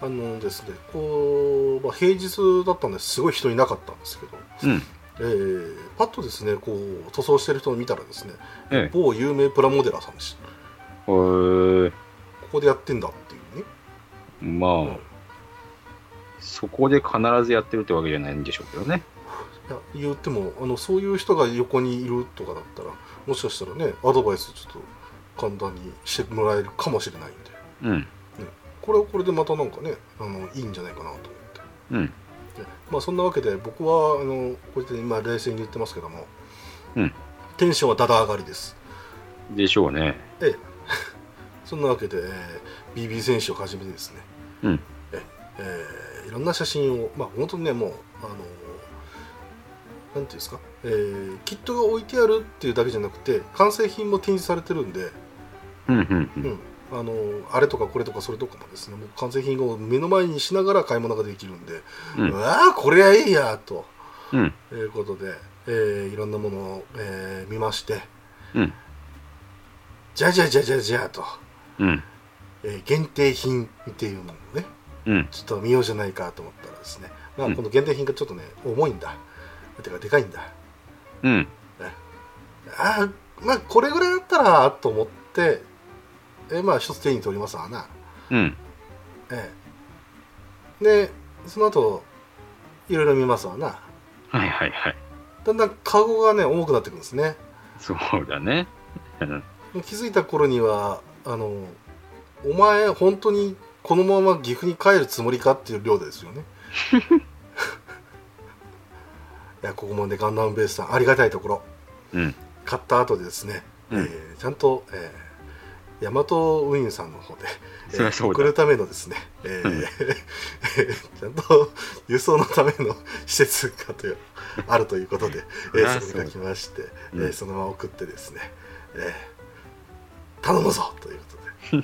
S1: あのですねこう、まあ、平日だったんですごい人いなかったんですけど、
S2: うん。
S1: えーパッとですねこう塗装してる人を見たらですね
S2: ええ。
S1: 某有名プラモデラーさんでした
S2: お
S1: ここでやってんだっていうね
S2: まあ、そこで必ずやってるってわけじゃないんでしょうけどね。
S1: いや言ってもあのそういう人が横にいるとかだったらもしかしたらねアドバイスちょっと簡単にしてもらえるかもしれないんで
S2: うん。
S1: これはこれでまたなんかねあのいいんじゃないかなと思って
S2: うん。
S1: でまあそんなわけで僕はあのこうやって今冷静に言ってますけども、
S2: うん
S1: テンションはだだ上がりです
S2: でしょうね。
S1: ええそんなわけで、えー BB 選手をはじめですね、
S2: うん
S1: ええーいろんな写真をまあ本当にねもうあのなんていうんですか、えーキットが置いてあるっていうだけじゃなくて完成品も展示されてるんで、
S2: うんうんう。
S1: うんんあのあれとかこれとかそれとかもですねもう完成品を目の前にしながら買い物ができるんで、
S2: うん
S1: わあこれはいいやと
S2: うん。
S1: いうことで、えーいろんなものを、えー見まして
S2: うん。
S1: じゃじゃじゃじゃじゃと、
S2: うん。
S1: えー限定品っていうのをね
S2: うん。
S1: ちょっと見ようじゃないかと思ったらですね、まあ、
S2: うん
S1: この限定品がちょっとね重いんだてかでかいんだ
S2: うん。
S1: あーまあこれぐらいだったらと思って、えーまあ一つ手に取りますわな
S2: うん。
S1: ええでその後いろいろ見ますわな
S2: はいはいはい。
S1: だんだんカゴがね重くなってくるんですね
S2: そうだね。うん
S1: 気づいた頃にはあのお前本当にこのまま岐阜に帰るつもりかっていう量ですよねいやここまでガンダムベースさんありがたいところ
S2: うん。
S1: 買った後でですね、
S2: うん
S1: えーちゃんと、えー、ヤマト運輸さんの
S2: [laughs]
S1: 方で、え
S2: そりゃそうだ
S1: 送るためのですね、えー [laughs]
S2: うん
S1: ちゃんと輸送のための施設がというあるということで、え
S2: そりゃ
S1: ー、
S2: そう
S1: そ
S2: だ
S1: こに書きまして、
S2: うん
S1: えーそのまま送ってですね、えー頼むぞというこ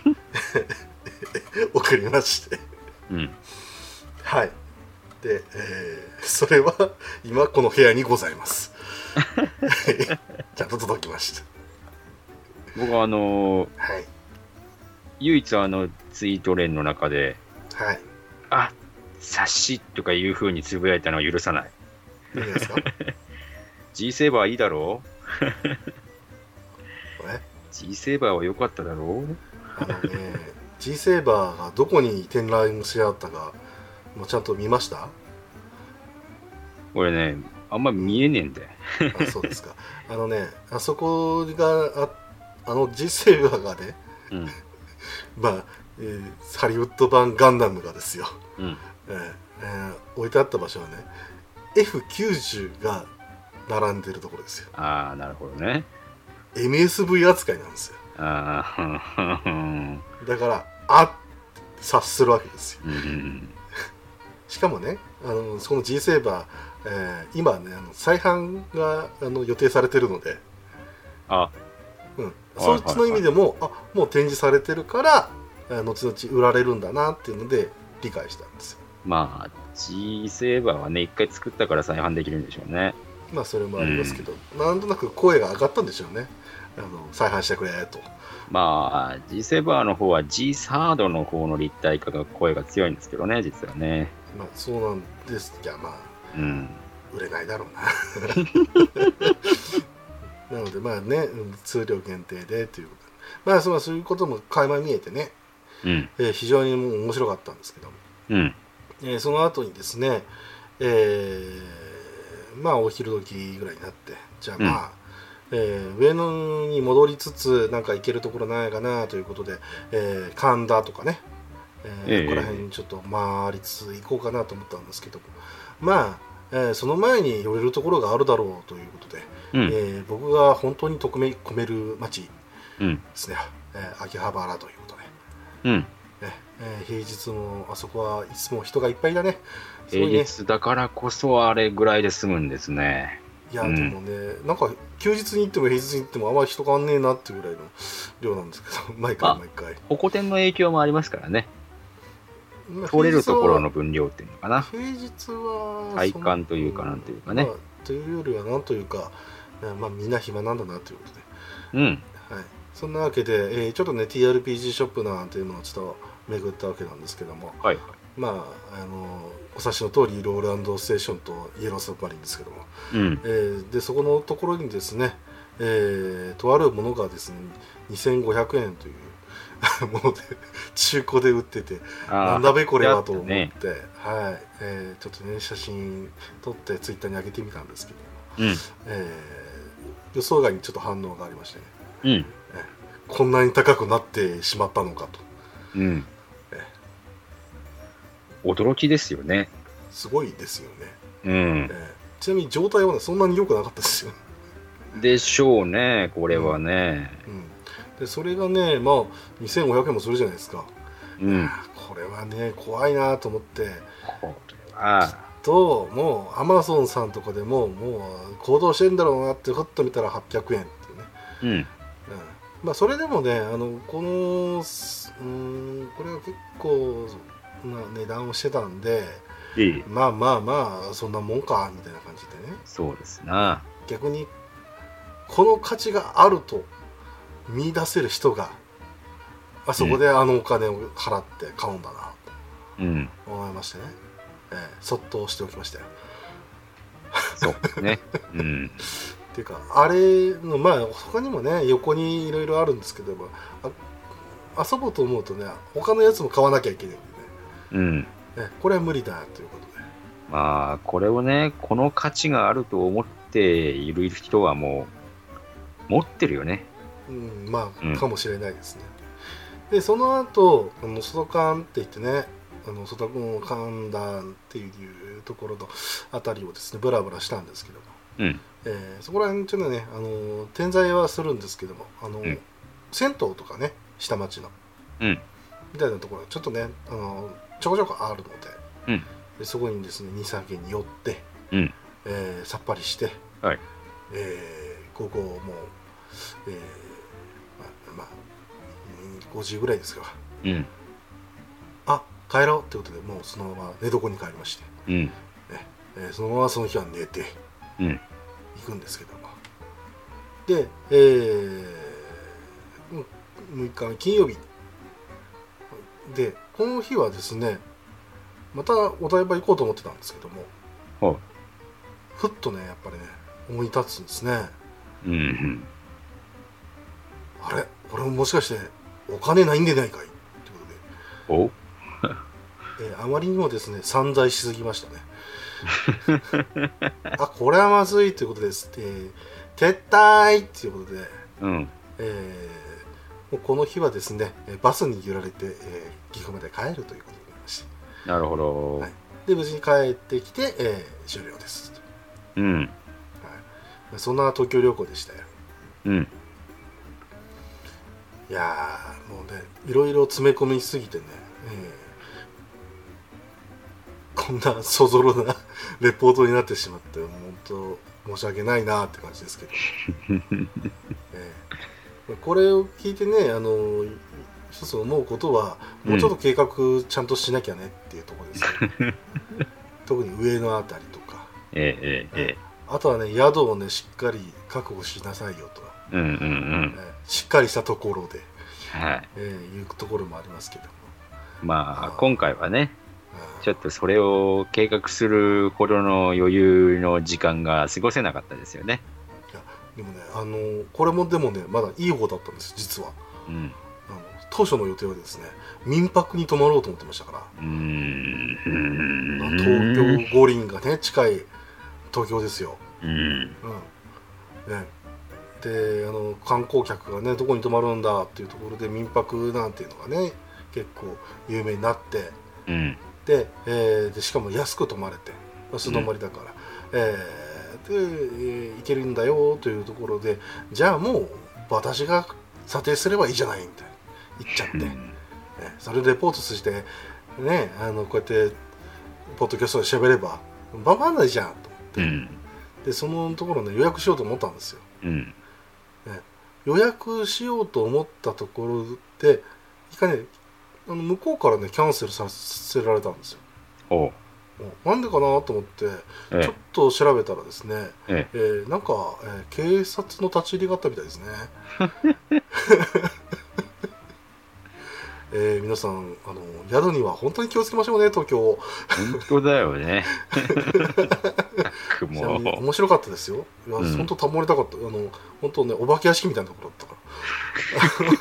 S1: とで [laughs] 送りまして
S2: うん。
S1: はいで、えーそれは今この部屋にございます
S2: [laughs]
S1: ちゃんと届きました
S2: 僕はあのー
S1: はい
S2: 唯一あの、ツイート連の中で、
S1: はい。
S2: あ、冊子とかいう風につぶやいたのは許さない。
S1: いいですか。こ
S2: G セーバーいいだろう
S1: れ
S2: ?G セーバーは良かっただろう
S1: あのね、G セーバーがどこに展覧し合ったか、もうちゃんと見ました。
S2: 俺ね、あんま見えねえんだよ。
S1: あ、そうですか。あのね、あそこがああの G セーバーがね、
S2: うん。
S1: まあ、えーハリウッド版ガンダムがですよ。
S2: うん。
S1: えーえー置いてあった場所はね、F90 が並んでるところですよ。
S2: ああ、なるほどね。
S1: MSV 扱いなんですよ。
S2: ああ、うん
S1: だから、あっ、察するわけですよ。
S2: うん。
S1: しかもねあのその G セーバー、えー今ねあの再販があの予定されてるので、
S2: あ、
S1: うん、
S2: はい
S1: そっちの意味でも、あもう展示されてるからえー後々売られるんだなっていうので理解したんですよ
S2: まあ、G セーバーはね、一回作ったから再販できるんでしょうね。
S1: まあそれもありますけど、なんとなく声が上がったんでしょうねあの再販してくれと
S2: まあ、G セーバーの方は G サードの方の立体化が声が強いんですけどね、実はね。
S1: まあそうなんですいやまあ
S2: うん。
S1: 売れないだろう
S2: [laughs]
S1: ななのでまあねうん数量限定でというまあそうそういうことも垣間見えてね
S2: うん。
S1: えー非常にもう面白かったんですけども、
S2: うん。
S1: えーその後にですね、えーまあお昼時ぐらいになってじゃあまあ、えー上野に戻りつつなんか行けるところないかなということで、えー神田とかね、えー
S2: ええ
S1: ここら辺にちょっと回りつつ行こうかなと思ったんですけどもまあ、えーその前に寄れるところがあるだろうということで、
S2: う
S1: え
S2: ん。
S1: ー僕が本当に匿名込める街
S2: うん。
S1: ですね、えー秋葉原ということで。
S2: うん。
S1: ねえー平日もあそこはいつも人がいっぱいだね。すご
S2: 平
S1: いね。
S2: 日だからこそあれぐらいで済むんですね。
S1: いや、
S2: うん
S1: でもね、なんか休日に行っても平日に行ってもあんまり人変わんねえなっていうぐらいの量なんですけど、 [laughs] 毎
S2: あ
S1: 回毎回。
S2: ホコ天の影響もありますからね。
S1: まあ
S2: 取れるところ。の
S1: 平
S2: 分量っていうのかな。
S1: 日は平
S2: 体
S1: 日はそんな
S2: 感というかなんというかね
S1: まあというよりはなんというか、えーまあみんな暇なんだなということで。
S2: うん。
S1: はい、そんなわけで、えーちょっとね TRPG ショップなんていうのをちょっと巡ったわけなんですけども、
S2: はい。
S1: まああのお察しの通りロールステーションとイエローサブマリンですけども。
S2: うん。
S1: えーでそこのところにですね、えーとあるものがですね2500円という [laughs] もので中古で売ってて
S2: あ
S1: な
S2: あ
S1: んだべこれはと思
S2: や
S1: っ
S2: った
S1: て、
S2: ね
S1: はいえーちょっとね写真撮ってツイッターに上げてみたんですけど、
S2: うん。
S1: えー予想外にちょっと反応がありましてね
S2: うん。
S1: こんなに高くなってしまったのかと
S2: うん
S1: え。
S2: 驚きですよね。
S1: すごいですよね、
S2: うん
S1: え。ーちなみに状態はねそんなに良くなかったですよ
S2: でしょうね、これはね。
S1: うん、でそれがね、まあ、2500円もするじゃないですか、
S2: うん。
S1: これはね怖いなと思って
S2: これは、
S1: ともうアマゾンさんとかでももう行動してんだろうなってふっと見たら800円っていうね、
S2: うん。
S1: うんまあそれでもねあのこのすうーんこれは結構な値段をしてたんで
S2: いい。
S1: まあまあまあそんなもんかみたいな感じでね
S2: そうですな。
S1: 逆にこの価値があると見出せる人があそこであのお金を払って買うんだなと
S2: うん。
S1: 思いましてね、ええそっと押しておきましたよ
S2: そう。ね。うん。
S1: っていうかあれのまあ他にもね横にいろいろあるんですけどもあ遊ぼうと思うとね他のやつも買わなきゃいけないん
S2: うん。
S1: でねねこれは無理だということで
S2: まあ、これをね、この価値があると思っている人はもう、持ってるよね。
S1: うん、ま
S2: うん
S1: あかもしれないですね、でその後あの外観って言ってねあの外観を勘んっていうところのあたりをですねブラブラしたんですけども、
S2: うん。
S1: えーそこら辺っていうのはねあの点在はするんですけどもあの、
S2: うん
S1: 銭湯とかね下町の
S2: うん。
S1: みたいなところがちょっとねあのちょこちょこあるので,、
S2: うん
S1: でそこにですね23軒に寄って、
S2: うん
S1: えーさっぱりして、
S2: はい
S1: えーここもう、えーままあうん5時ぐらいですから
S2: うん。
S1: あ帰ろうってことでもうそのまま寝床に帰りまして、
S2: うん。
S1: えーそのままその日は寝て
S2: うん。
S1: 行くんですけどもで、えー、6日目金曜日でこの日はですねまたお台場行こうと思ってたんですけども
S2: はい
S1: ふっとねやっぱりね思い立つんですね
S2: うん。うん。
S1: あれ俺ももしかしてお金ないんでないかいってこ
S2: お
S1: とで、えーあまりにもですね散財しすぎましたねあこれはまずいということです、えー撤退っていうことで
S2: うん。
S1: えーもうこの日はですねえーバスに揺られて、えー岐阜まで帰るということになりました
S2: なるほど。
S1: はいで無事に帰ってきて、えー終了です、
S2: うん。
S1: はい、そんな東京旅行でしたよ
S2: うん。
S1: いやーもうねいろいろ詰め込みすぎてね、えーこんなそぞろな [laughs] レポートになってしまってもう本当申し訳ないなって感じですけど、えーこれを聞いてねあの一つ思うことはもうちょっと計画ちゃんとしなきゃねっていうところです、ね
S2: [laughs]
S1: 特に上のあたりとか
S2: えええええ
S1: あとはね宿をねしっかり確保しなさいよと、
S2: え。うんうんう
S1: え
S2: ん。
S1: ーしっかりしたところで
S2: はい。
S1: えーいうところもありますけども、
S2: まあ、今回はね、
S1: うん
S2: ちょっとそれを計画するほどの余裕の時間が過ごせなかったですよね。
S1: でもねあのこれもでもねまだいい方だったんです実は
S2: うん。
S1: あの当初の予定はですね民泊に泊まろうと思ってましたから、
S2: うーん。うん
S1: まあ東京五輪がね近い東京ですよ、
S2: うん。
S1: うんね、であの観光客がねどこに泊まるんだっていうところで民泊なんていうのがね結構有名になって
S2: うん。
S1: で,、えーでしかも安く泊まれてまあ素泊まりだから、えーで、えー行けるんだよというところでじゃあもう私が査定すればいいじゃないみたいな言っちゃって、
S2: う [laughs]
S1: ね
S2: ん
S1: それレポートしてねあのこうやってポッドキャストで喋ればバカないじゃんと思って、
S2: うん。
S1: でそのところね予約しようと思ったんですよ
S2: うん。
S1: 予約しようと思ったところで一回ねあの向こうからねキャンセルさせられたんですよ
S2: おう。
S1: なんでかなと思って
S2: ええ
S1: ちょっと調べたらですね、
S2: え
S1: えーなんか、えー警察の立ち入りがあったみたい
S2: [laughs]
S1: ですね。えー皆さんあの宿には本当に気をつけましょうね東京
S2: 本当だよね。
S1: ちなみに
S2: も
S1: 面白かったですよいや、
S2: うん
S1: 本当たまれたかったあの本当ねお化け屋敷みたいなとこ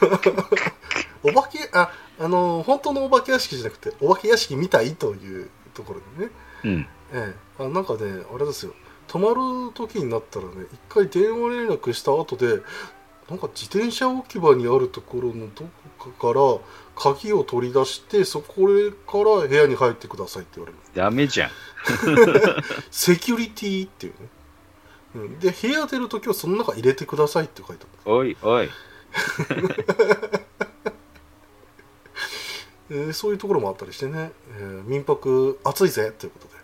S1: ろだったから [laughs] お化けああの本当のお化け屋敷じゃなくてお化け屋敷みたいというところでね
S2: う。うん。
S1: ええ、あなんかねあれですよ泊まる時になったらね一回電話連絡した後でなんか自転車置き場にあるところのどこかから鍵を取り出してそこから部屋に入ってくださいって言われる
S2: ダメじゃん。
S1: セキュリティっていうね、うん、で部屋出る時はその中入れてくださいって書いてあ
S2: おいおい。
S1: る、ええそういうところもあったりしてね、ええ民泊暑いぜということで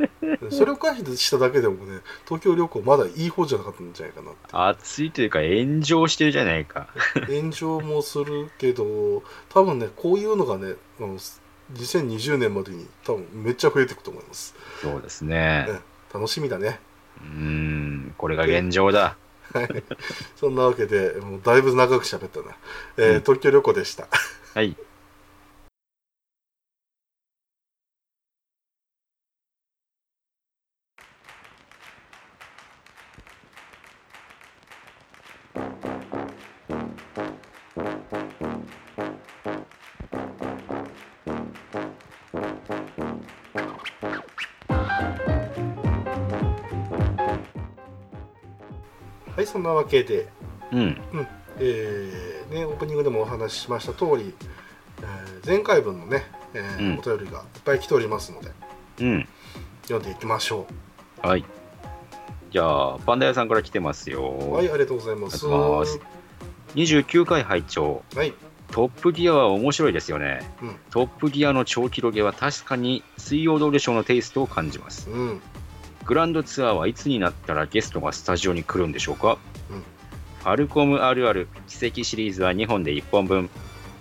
S1: ええそれを回避しただけでもね東京旅行まだいい方じゃなかったんじゃないかなって
S2: 熱いというか炎上してるじゃないか。
S1: 炎上もするけど多分ねこういうのがねあの2020年までに多分めっちゃ増えていくと思います
S2: そうですね。
S1: 楽しみだね
S2: うーん。これが現状だ。
S1: そんなわけでもうだいぶ長く喋ったな、えー
S2: うん
S1: 東京旅行でした
S2: はい。
S1: はいそんなわけで、
S2: うん。
S1: えーね、オープニングでもお話ししました通り、えー前回分のね、えー
S2: うん
S1: お便りがいっぱい来ておりますので
S2: うん。
S1: 読んでいきましょ
S2: はい。じゃあ、パンダ屋さんから来てます
S1: う
S2: よ。
S1: はいありがとうございます
S2: ありがとうござい29回拝聴。
S1: はい
S2: トップギアは面白いですよね。
S1: うん
S2: トップギアの長期ロゲは確かに水曜どうでしょうのテイストを感じます。
S1: うん
S2: グランドツアーはいつになったらゲストがスタジオに来るんでしょうか、
S1: うん
S2: ファルコムあるある奇跡シリーズは2本で1本分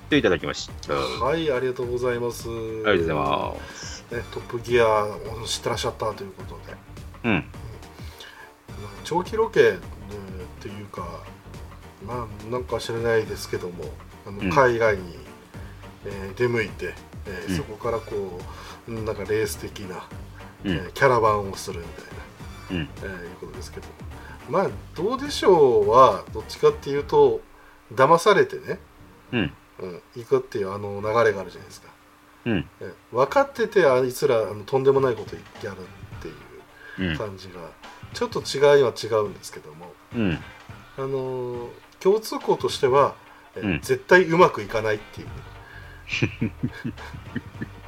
S2: といただきました。あ
S1: はいありがとうございますあり
S2: りがとうございます。
S1: す、ね、トップギアを知ってらっしゃったということで
S2: うん。
S1: まあ長期ロケえーっていうかまあなんか知らないですけどもあの
S2: うん
S1: 海外に、えー出向いて、えー
S2: うん
S1: そこからこうなんかレース的な、
S2: う
S1: え
S2: ん
S1: ー。キャラバンをするみたいな。
S2: うん。
S1: えーいうことですけどまあどうでしょうはどっちかっていうと騙されてね、
S2: うん
S1: うん、行くっていうあの流れがあるじゃないですか、
S2: うん。
S1: え分かっててあいつらあのとんでもないこと言ってやるっていう
S2: うん。
S1: 感じがちょっと違いは違うんですけども
S2: うん。
S1: あのー共通項としては、えー
S2: うん
S1: 絶対うまくいかないっていう、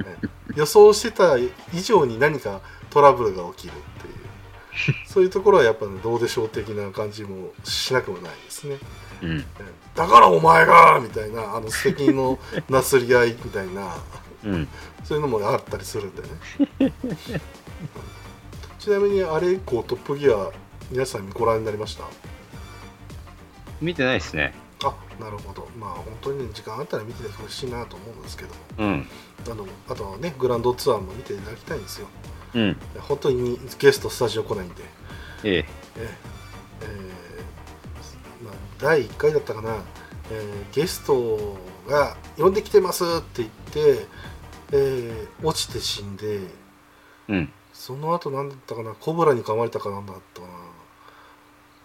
S1: えー予想してた以上に何かトラブルが起きるっていうそういうところはやっぱねどうでしょう的な感じもしなくもないですね、
S2: うん。
S1: えーだからお前がみたいなあの責任のなすり合いみたいな
S2: うん。
S1: そういうのもあったりするんでね [laughs] うんちなみにあれ以降トップギア皆さんご覧になりました
S2: 見てないですね。
S1: あなるほどまあ本当に時間あったら見ててほしいなと思うんですけど
S2: うん。
S1: あのあとはねグランドツアーも見ていただきたいんですよ
S2: うん。
S1: 本当にゲストスタジオ来ないんで
S2: ええ。
S1: ええーまあ、第1回だったかな、えーゲストが「呼んできてます」って言って、えー落ちて死んで
S2: うん。
S1: その後何だったかなコブラに噛まれたかなんだったかな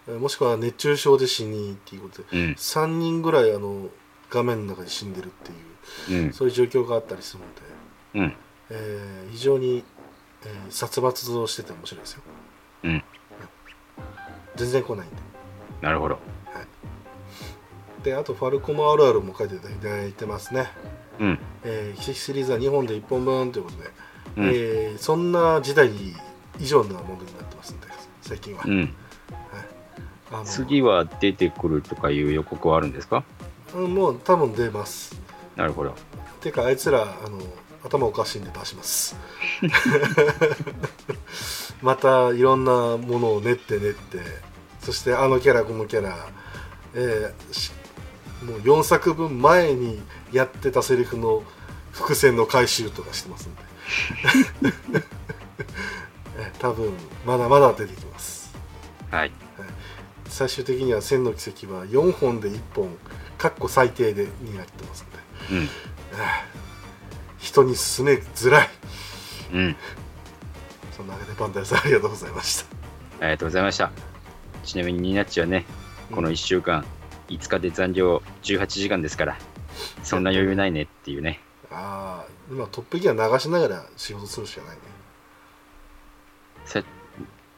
S1: えーもしくは熱中症で死にっていうことで
S2: うん。
S1: 3人ぐらいあの画面の中に死んでるっていう
S2: うん。
S1: そういう状況があったりするので、
S2: うん。
S1: えー非常に、えー殺伐をしてて面白いですよ、
S2: うん
S1: 全然来ないんで
S2: なるほど。
S1: であと「ファルコムあるある」も書いていただいてますね、
S2: うん。
S1: えー奇跡シリーズは2本で1本分ということで、
S2: うん。
S1: えーそんな時代以上なものになってますんで最近は、
S2: うん、
S1: あの
S2: 次は出てくるとかいう予告はあるんですか
S1: うんもう多分出ます
S2: なるほど。
S1: てかあいつらあの頭おかしいんで出します [laughs] またいろんなものを練って練ってそしてあのキャラこのキャラ、えーしもう4作分前にやってたセリフの伏線の回収とかしてますんで [laughs] え多分まだまだ出てきます
S2: はい。
S1: 最終的には「千の奇跡」は4本で1本かっこ最低でになってますんでああ [sighs] 人に勧めづらい
S2: うん。うん。
S1: そんなわけでパンダさんありがとうございました
S2: ありがとうございました。ちなみにニーナッチはね、この1週間、5日で残業18時間ですから、そんな余裕ないねっていうね。
S1: ああ今トップギア流しながら仕事するしかないね
S2: さ、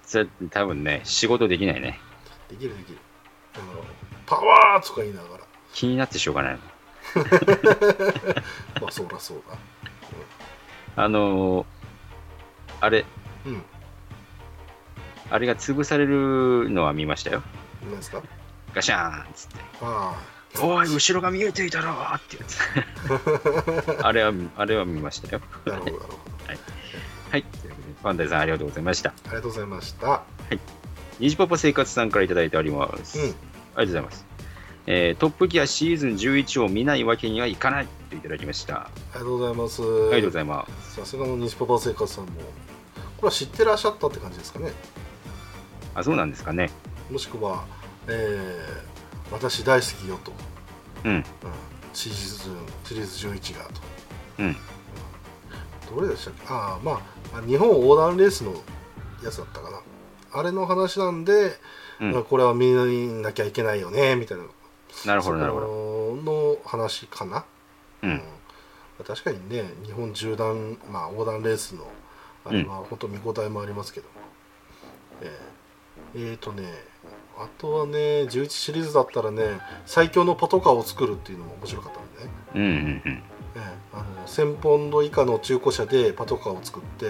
S2: さ、多分ね、仕事できないね。
S1: できるできるあのパワーとか言いながら
S2: 気になってしょうがない。
S1: まあそらそうだ
S2: あのーあれ、
S1: うん
S2: あれが潰されるのは見ましたよ。
S1: 何ですか
S2: ガシャーンっつって。
S1: あ
S2: おい、後ろが見えていたろーってやつ。あれは、あれは見ましたよ。
S1: あなるほどなるほど
S2: はい。ということで、パンダイさんありがとうございました。
S1: ありがとうございました
S2: ニジパパ生活さんからいただいております。
S1: うん
S2: ありがとうございます。えートップギアシーズン11を見ないわけにはいかないといただきました。
S1: ありがとうございます
S2: ありがとうございます。
S1: さすがの西パパ生活さんもこれは知ってらっしゃったって感じですかね
S2: あ、そうなんですかね。
S1: もしくは、えー私大好きよと、
S2: うん
S1: シリーズシリーズ11がと、
S2: うん
S1: うんどれでしたっけああまあ日本横断レースのやつだったかなあれの話なんで、
S2: うん
S1: まあこれは見なきゃいけないよねみたいな
S2: なるほど、なるほど。
S1: そこの話かな、
S2: う
S1: うん
S2: ん。
S1: 確かにね日本縦断、まあ、横断レースのあれは本当見応えもありますけども、えーえーとねあとはね11シリーズだったらね最強のパトカーを作るっていうのも面白かったんでね、
S2: うんうんうん。
S1: ええあの1000ポンド以下の中古車でパトカーを作って、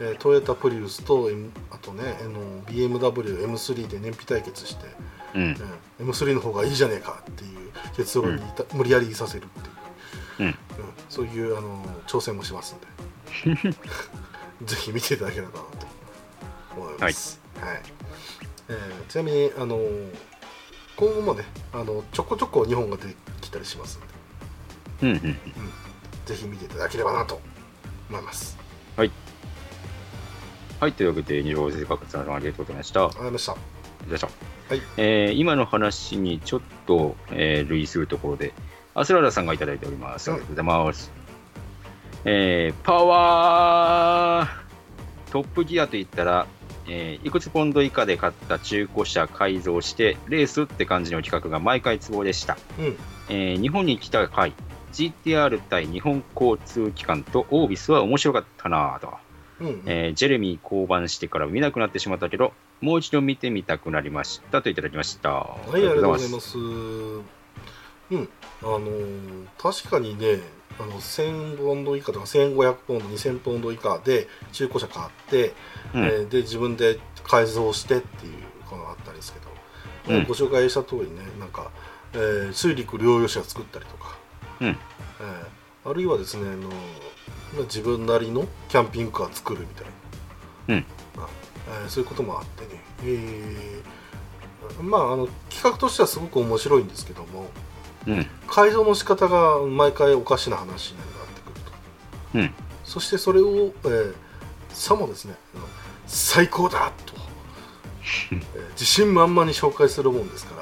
S1: ええトヨタプリウスと、M、あとねあの BMWM3 で燃費対決して、
S2: うん
S1: え。え M3 の方がいいじゃねえかっていう結論に至無理やりいさせるっていう、
S2: うん
S1: うんそういうあの挑戦もしますん [laughs] でぜひ見ていただければなと思います、はいえーちなみにあの今後もねあのちょこちょこ日本が出てきたりしますんで
S2: うんうん。
S1: ぜひ見ていただければなと思います
S2: はい、というわけで、二郎生活さんありがとうございまし
S1: あ
S2: た。
S1: りがとうございまし
S2: よいしょ
S1: はい
S2: えー今の話にちょっと、えー類するところで、アスララさんがいただいております。あ
S1: はい
S2: りがとうございます。えーパワートップギアといったら、えーいくつポンド以下で買った中古車改造して、レースって感じの企画が毎回ツボでした。
S1: たうん
S2: えー日本に来た回、GTR 対日本交通機関とオービスは面白かったなぁと。
S1: うんうん、
S2: えージェレミー降板してから見なくなってしまったけど、もう一度見てみたくなりましたといただきました。は
S1: はい、ありがとうございま。す。うん、あのー確かにね、あの1000ポンド以下とか1500ポンド、2000ポンド以下で中古車買って、
S2: うん
S1: えーで自分で改造してっていうこのあったんですけど、
S2: うん
S1: えーご紹介した通りね、なんか、えー水陸両用車を作ったりとか、
S2: うん
S1: えーあるいはですね、あのまあ自分なりのキャンピングカー作るみたいな。
S2: うん
S1: あえーそういうこともあってね、えーまあ、あの企画としてはすごく面白いんですけども
S2: うん、
S1: 改造の仕方が毎回おかしな話になってくると
S2: うん、
S1: そしてそれを、えーさもですねあの最高だ
S2: [laughs]
S1: と、えー自信満々に紹介するもんですか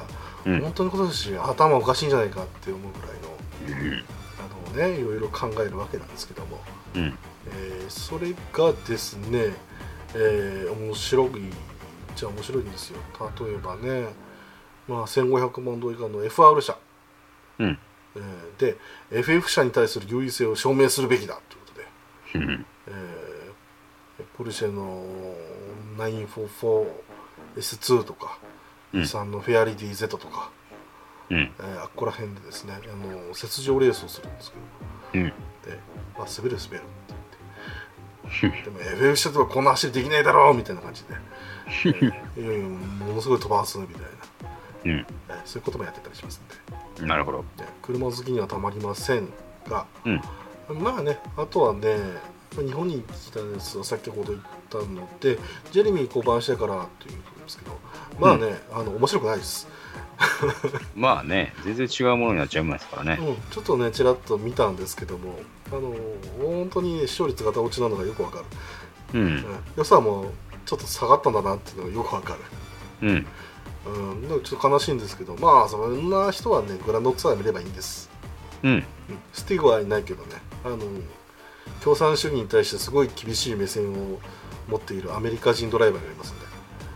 S1: ら、
S2: うん
S1: 本当に今年頭おかしいんじゃないかって思うぐらいのあの、ね、いろいろ考えるわけなんですけども、
S2: うん、
S1: えーそれがですね、えー面白いじゃ面白いんですよ例えばね、まあ、1500万ドル以下の FR 社、
S2: うん
S1: えーで FF 社に対する優位性を証明するべきだということで、
S2: うん、
S1: えーポルシェの 944S2 とか、
S2: うん
S1: さんのフェアリティ Z とか、
S2: うん、
S1: えーあっこら辺でですねあの雪上レースをするんですけど
S2: うん、
S1: で、まあ、滑る滑るって言ってでも FF 車とはこんな走りできないだろうみたいな感じで、えーいやいやものすごい飛ばすみたいな、えーそういうこともやってたりしますんで
S2: うん、 [laughs] なるほど。
S1: ね車好きにはたまりませんが、
S2: うん
S1: まあねあとはね日本に来たやつは先ほど言ったのでジェレミー降板してからっていうことですけどまあね、あの面白くないです、
S2: まあね、全然違うものになっちゃいますからね。
S1: うん、ちょっとねちらっと見たんですけどもあの本当に視聴率がた落ちなのがよくわかる、
S2: うん、
S1: うん、良さもちょっと下がったんだなっていうのがよくわかる
S2: うん、
S1: うん、でもちょっと悲しいんですけどまあそんな人はねグランドオックスは見ればいいんです
S2: うん、
S1: うんスティグはいないけどねあの共産主義に対してすごい厳しい目線を持っているアメリカ人ドライバーがいますんで、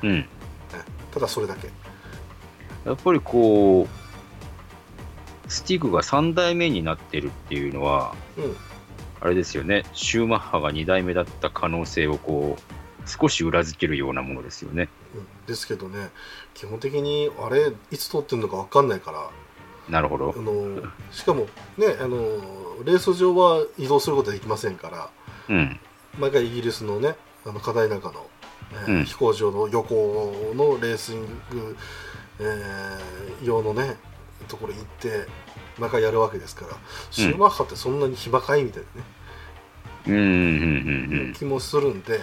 S2: うん。
S1: ねただそれだけ、
S2: やっぱりこう、スティックが3代目になってるっていうのは、
S1: うん
S2: あれですよね、シューマッハが2代目だった可能性をこう、少し裏付けるようなものですよね。
S1: うんですけどね基本的にあれいつ撮ってるのか分かんないから
S2: なるほど
S1: あ。のしかもねあのレース上は移動することはできませんから
S2: うん、
S1: 毎回イギリスのねあの課題中の、えー
S2: うん
S1: 飛行場の横のレーシング、えー用のねところに行って毎回やるわけですからシューマッハってそんなに暇かいみたいなね、
S2: うん、うん、うん、うん。
S1: 気もするんで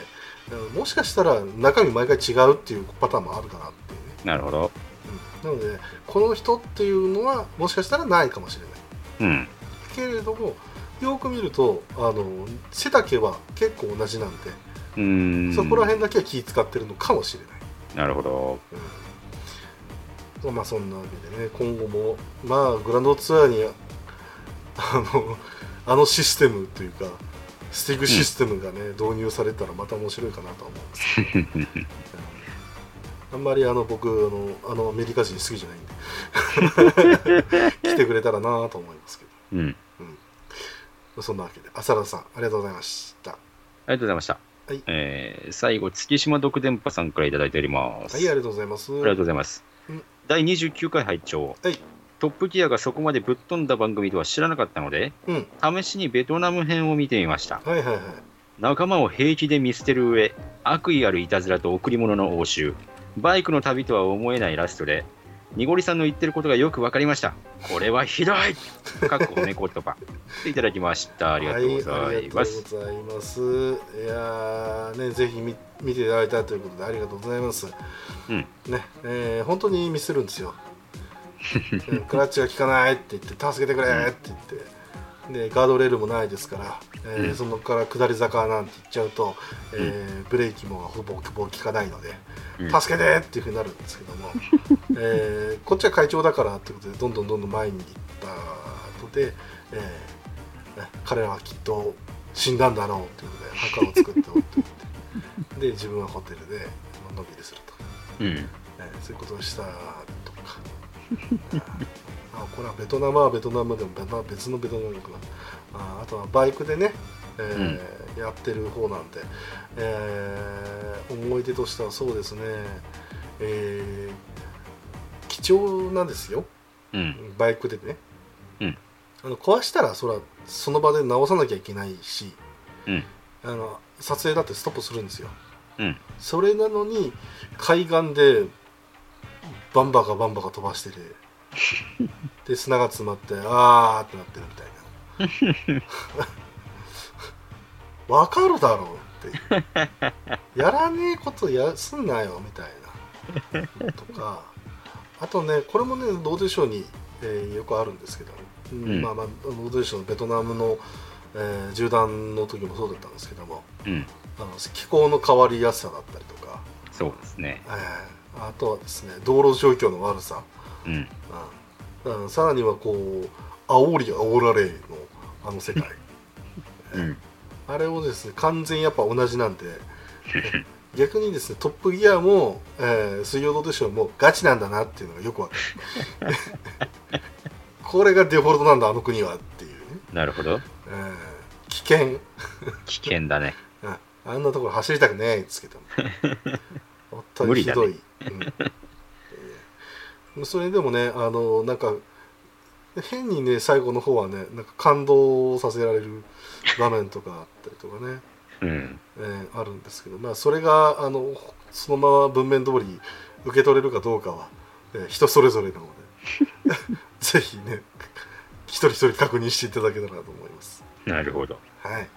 S1: あのもしかしたら中身毎回違うっていうパターンもあるかなっていうね、
S2: なるほど。
S1: うん、なのでこの人っていうのはもしかしたらないかもしれない
S2: うん。
S1: けれどもよく見るとあの背丈は結構同じなんで、
S2: うーん。
S1: そこら辺だけは気使ってるのかもしれない。
S2: なるほど。
S1: まあそんなわけでね今後もまあグランドツアーにあのあのシステムというかスティックシステムがね、導入されたらまた面白いかなとは思うんですけど [laughs] うんあんまりあの僕あのあのアメリカ人好きじゃないんで来てくれたらなと思いますけ
S2: うん。
S1: どそんなわけで浅田さんありがとうございました
S2: ありがとうございました。
S1: ははい
S2: えー最後、月島独電波さんからいただいております。
S1: はい、ありがとうございます。
S2: ありがとうございます。
S1: うん
S2: 第29回拝聴、
S1: はい
S2: トップギアがそこまでぶっ飛んだ番組とは知らなかったので、
S1: うん
S2: 試しにベトナム編を見てみました。
S1: はいはいはい。
S2: 仲間を平気で見捨てる上、悪意あるいたずらと贈り物の応酬、バイクの旅とは思えないラストで、にごりさんの言ってることがよく分かりました。これはひどいかっこ褒め言葉。でいただきました。ありがとうございます。
S1: はい、ありがとうございます。いやーね、ぜひ見見ていただいたということで、ありがとうございます。
S2: うん
S1: ね、えー本当にミスるん
S2: [laughs]
S1: ですよ。うんクラッチが効かないって言って、助けてくれって言って、で、ガードレールもないですから、えー
S2: うん
S1: そのから下り坂なんて言っちゃうと、えーブレーキもほぼほぼ効かないので、
S2: うん
S1: 助けてっていうふうになるんですけど
S2: [laughs]
S1: も、えーこっちは会長だからということでどんどんどんどん前に行った後で、えーね彼らはきっと死んだんだろうということで墓を作っておっておいてで自分はホテルでのんびりすると、
S2: うん。
S1: えーそういうことをしたとか [laughs] あこれはベトナムはベトナムでもベトナム別のベトナムかなああとはバイクでね、えーやってる方なんで、えー思い出としてはそうですね、えー貴重なんですよ
S2: うん。
S1: バイクでね、
S2: うん
S1: あの壊したらそらその場で直さなきゃいけないし、
S2: うん
S1: あの撮影だってストップするんですよ
S2: うん。
S1: それなのに海岸でバンバカバンバカ飛ばしてるで砂が詰まってあーってなってるみたいなわかるだろうっていうやらねえことやすんなよみたいなとかあとねこれもねロードショーに、えーよくあるんですけど、
S2: ん
S1: まあまあロードショーのベトナムの、えー縦断の時もそうだったんですけども、
S2: うん。
S1: あの気候の変わりやすさだったりとか、
S2: そうですね。
S1: えーあとはですね道路状況の悪さ、
S2: うん。
S1: うんうんさらにはこう煽り煽られのあの世界
S2: うん。
S1: あれをですね完全にやっぱ同じなんでえ逆にですねトップギアも、えー水曜どうでしょうもガチなんだなっていうのがよくわかる [laughs] これがデフォルトなんだあの国はっていうね、
S2: なるほど。
S1: えー危険
S2: 危険だね。
S1: ああんなところ走りたくねえですけども本当にひどい、うん、それでもねあのなんか変にね最後の方はねなんか感動させられる場面とかあったりとかね、
S2: うん。
S1: えーあるんですけど、まあ、それがあのそのまま文面通り受け取れるかどうかは、えー人それぞれなのでぜひね一人一人確認していただけたらと思います。
S2: なるほど。
S1: はい。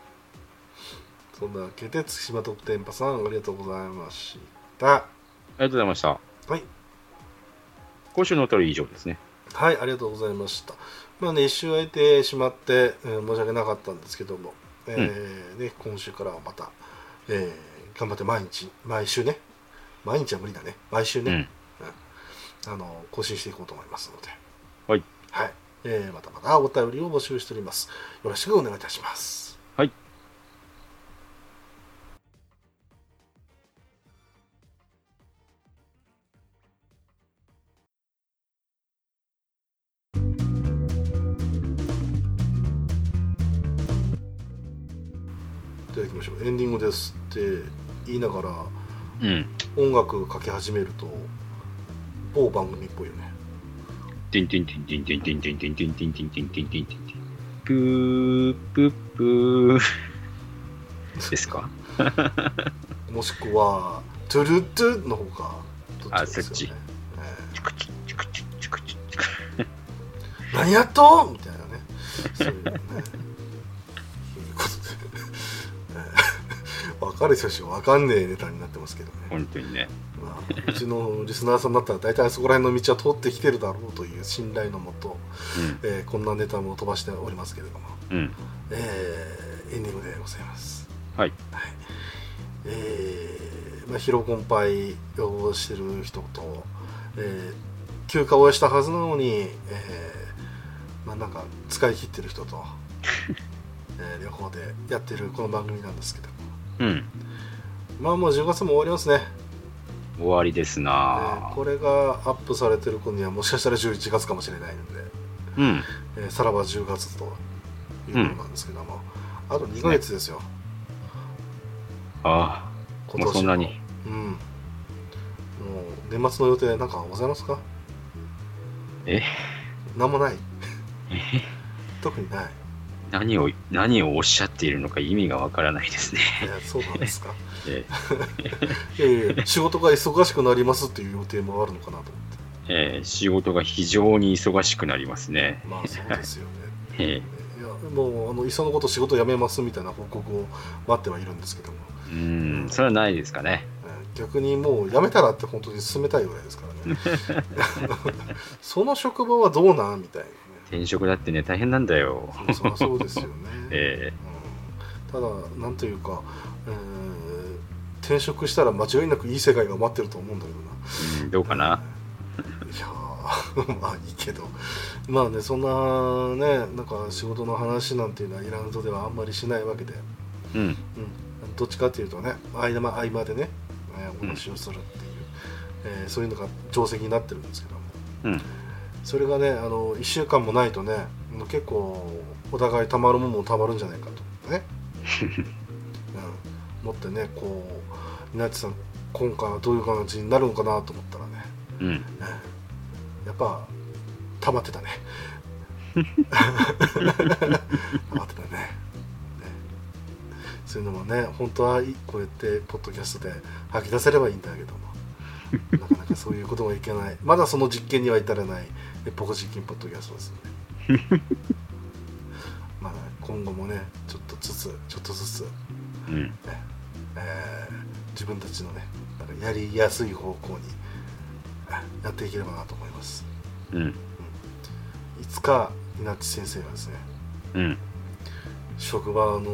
S1: そんなわけで、月島特典パさん、ありがとうございました。
S2: ありがとうございました。
S1: はい。
S2: 今週のお便り以上ですね。
S1: はい、ありがとうございました。まあね、一周空いてしまって、えー申し訳なかったんですけども、えーね、今週からはまた、えー頑張って毎日、毎週ね、毎日は無理だね、毎週ね、あの更新していこうと思いますので、
S2: はい。
S1: はい。えーまたまたお便りを募集しております。よろしくお願いいたします。いただきましょうエンディングですって言いながら
S2: うん。うん。
S1: 音楽かけ始めると某番組っぽいよね
S2: ティンティンティンティンティンティンティンティンティンティンティンティンティンティンティンティンプープープーですか
S1: もしくはトゥルトゥの方かどっちかですよね
S2: チクチチクチチクチチク
S1: えー何やっとんみたいなねそういうのねということで分かる人しか分かんねえネタになってますけどね、
S2: 本当にね。
S1: まあ、うちのリスナーさんだったら大体そこら辺の道は通ってきてるだろうという信頼のもと、えーこんなネタも飛ばしておりますけれども
S2: うん。うん。
S1: えーエンディングでございます。
S2: はい。
S1: えーまあ、疲労困憊をしてる人と、えー休暇をしたはずなのに、えーまあ、なんか使い切ってる人と、
S2: [laughs]
S1: えー両方でやってるこの番組なんですけど、
S2: うん。
S1: まあもう10月も終わりますね。
S2: 終わりです
S1: え
S2: な
S1: ーこれがアップされてる頃にはもしかしたら11月かもしれないので、
S2: うん。
S1: えーさらば10月ということなんですけども、あと2ヶ月ですよ。
S2: ああ、もうそんなに。
S1: うんもう年末の予定なんかございますか
S2: え
S1: なんもない
S2: え
S1: 特にない
S2: 何を、何をおっしゃっているのか意味がわからないですね。
S1: いやそうなんですか
S2: [laughs] え
S1: [laughs] いやいやいや仕事が忙しくなりますっていう予定もあるのかなと思って
S2: え仕事が非常に忙しくなりますね。
S1: ま
S2: [laughs]
S1: あそうですよね
S2: え
S1: いやもうあのいっそのこと仕事辞めますみたいな報告を待ってはいるんですけども
S2: えうん、それはないですかね。
S1: 逆にもう辞めたらって本当に進めたいぐらいですからね
S2: [laughs]
S1: [laughs] その職場はどうなんみたい
S2: 転職だってね、大変なんだよ。
S1: なねそりゃそうですよね、
S2: え
S1: うんただなんというか、えー転職したら間違いなくいい世界が待ってると思うんだけどな
S2: えうんどうかな。
S1: いやー [laughs] まあいいけどまあねそんなねなんか仕事の話なんていうのはイランドではあんまりしないわけで、
S2: うん、
S1: うん、どっちかっていうとね合間合間でね、えーお話をするっていう、えーそういうのが定石になってるんですけども
S2: うん、
S1: それがねあの1週間もないとねあの結構お互いたまるもんもたまるんじゃないかとね、うん、思ってねこう稲地さん今回はどういう感じになるのかなと思ったらね
S2: うん。
S1: やっぱ溜まってたね溜まってたねねそういうのもね本当はこうやってポッドキャストで吐き出せればいいんだけどもなかなかそういうこともいけないまだその実験には至らないえポコ実験ポッドキャストですねまあ今後もねちょっとずつちょっとずつ、ね
S2: うん、
S1: えー自分たちのねなんかやりやすい方向にあやっていければなと思います
S2: うん、
S1: いつか稲地先生がですね
S2: うん。
S1: 職場のも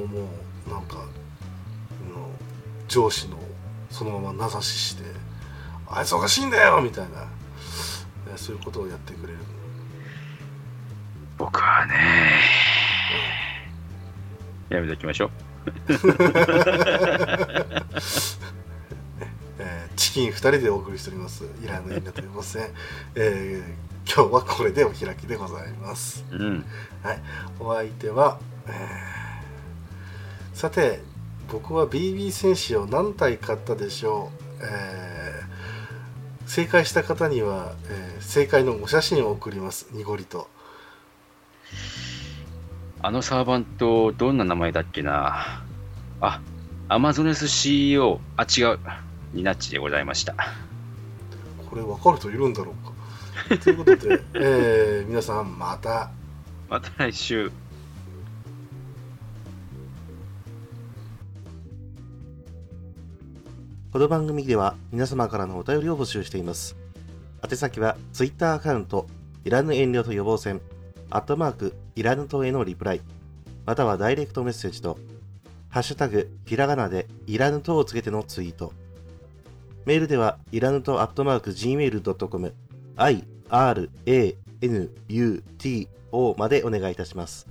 S1: うなんかの上司のそのまま名指しして「あいつおかしいんだよ!」みたいなえそういうことをやってくれる
S2: 僕はね、やめときましょう。
S1: えーチキン2人でお送りしておりますイランのインナといいません、えー今日はこれでお開きでございます
S2: うん、
S1: はいお相手は、えーさて僕は BB 戦士を何体買ったでしょう、えー正解した方には、えー正解のお写真を送ります濁りと
S2: あのサーバント、どんな名前だっけな。あ、アマゾネス CEO、あ、違う、ニナッチでございました。
S1: これ分かる人いるんだろうかということで、えー皆さんまた
S2: また来週。
S3: この番組では皆様からのお便りを募集しています。宛先は Twitter アカウント、いらぬ遠慮と予防線、アットマーク、いらぬとへのリプライ、またはダイレクトメッセージと、ハッシュタグ、ひらがなで、いらぬとをつけてのツイート。メールでは、いらぬとアットマーク、gmail.com、i, r, a, n, u, t, o までお願いいたします。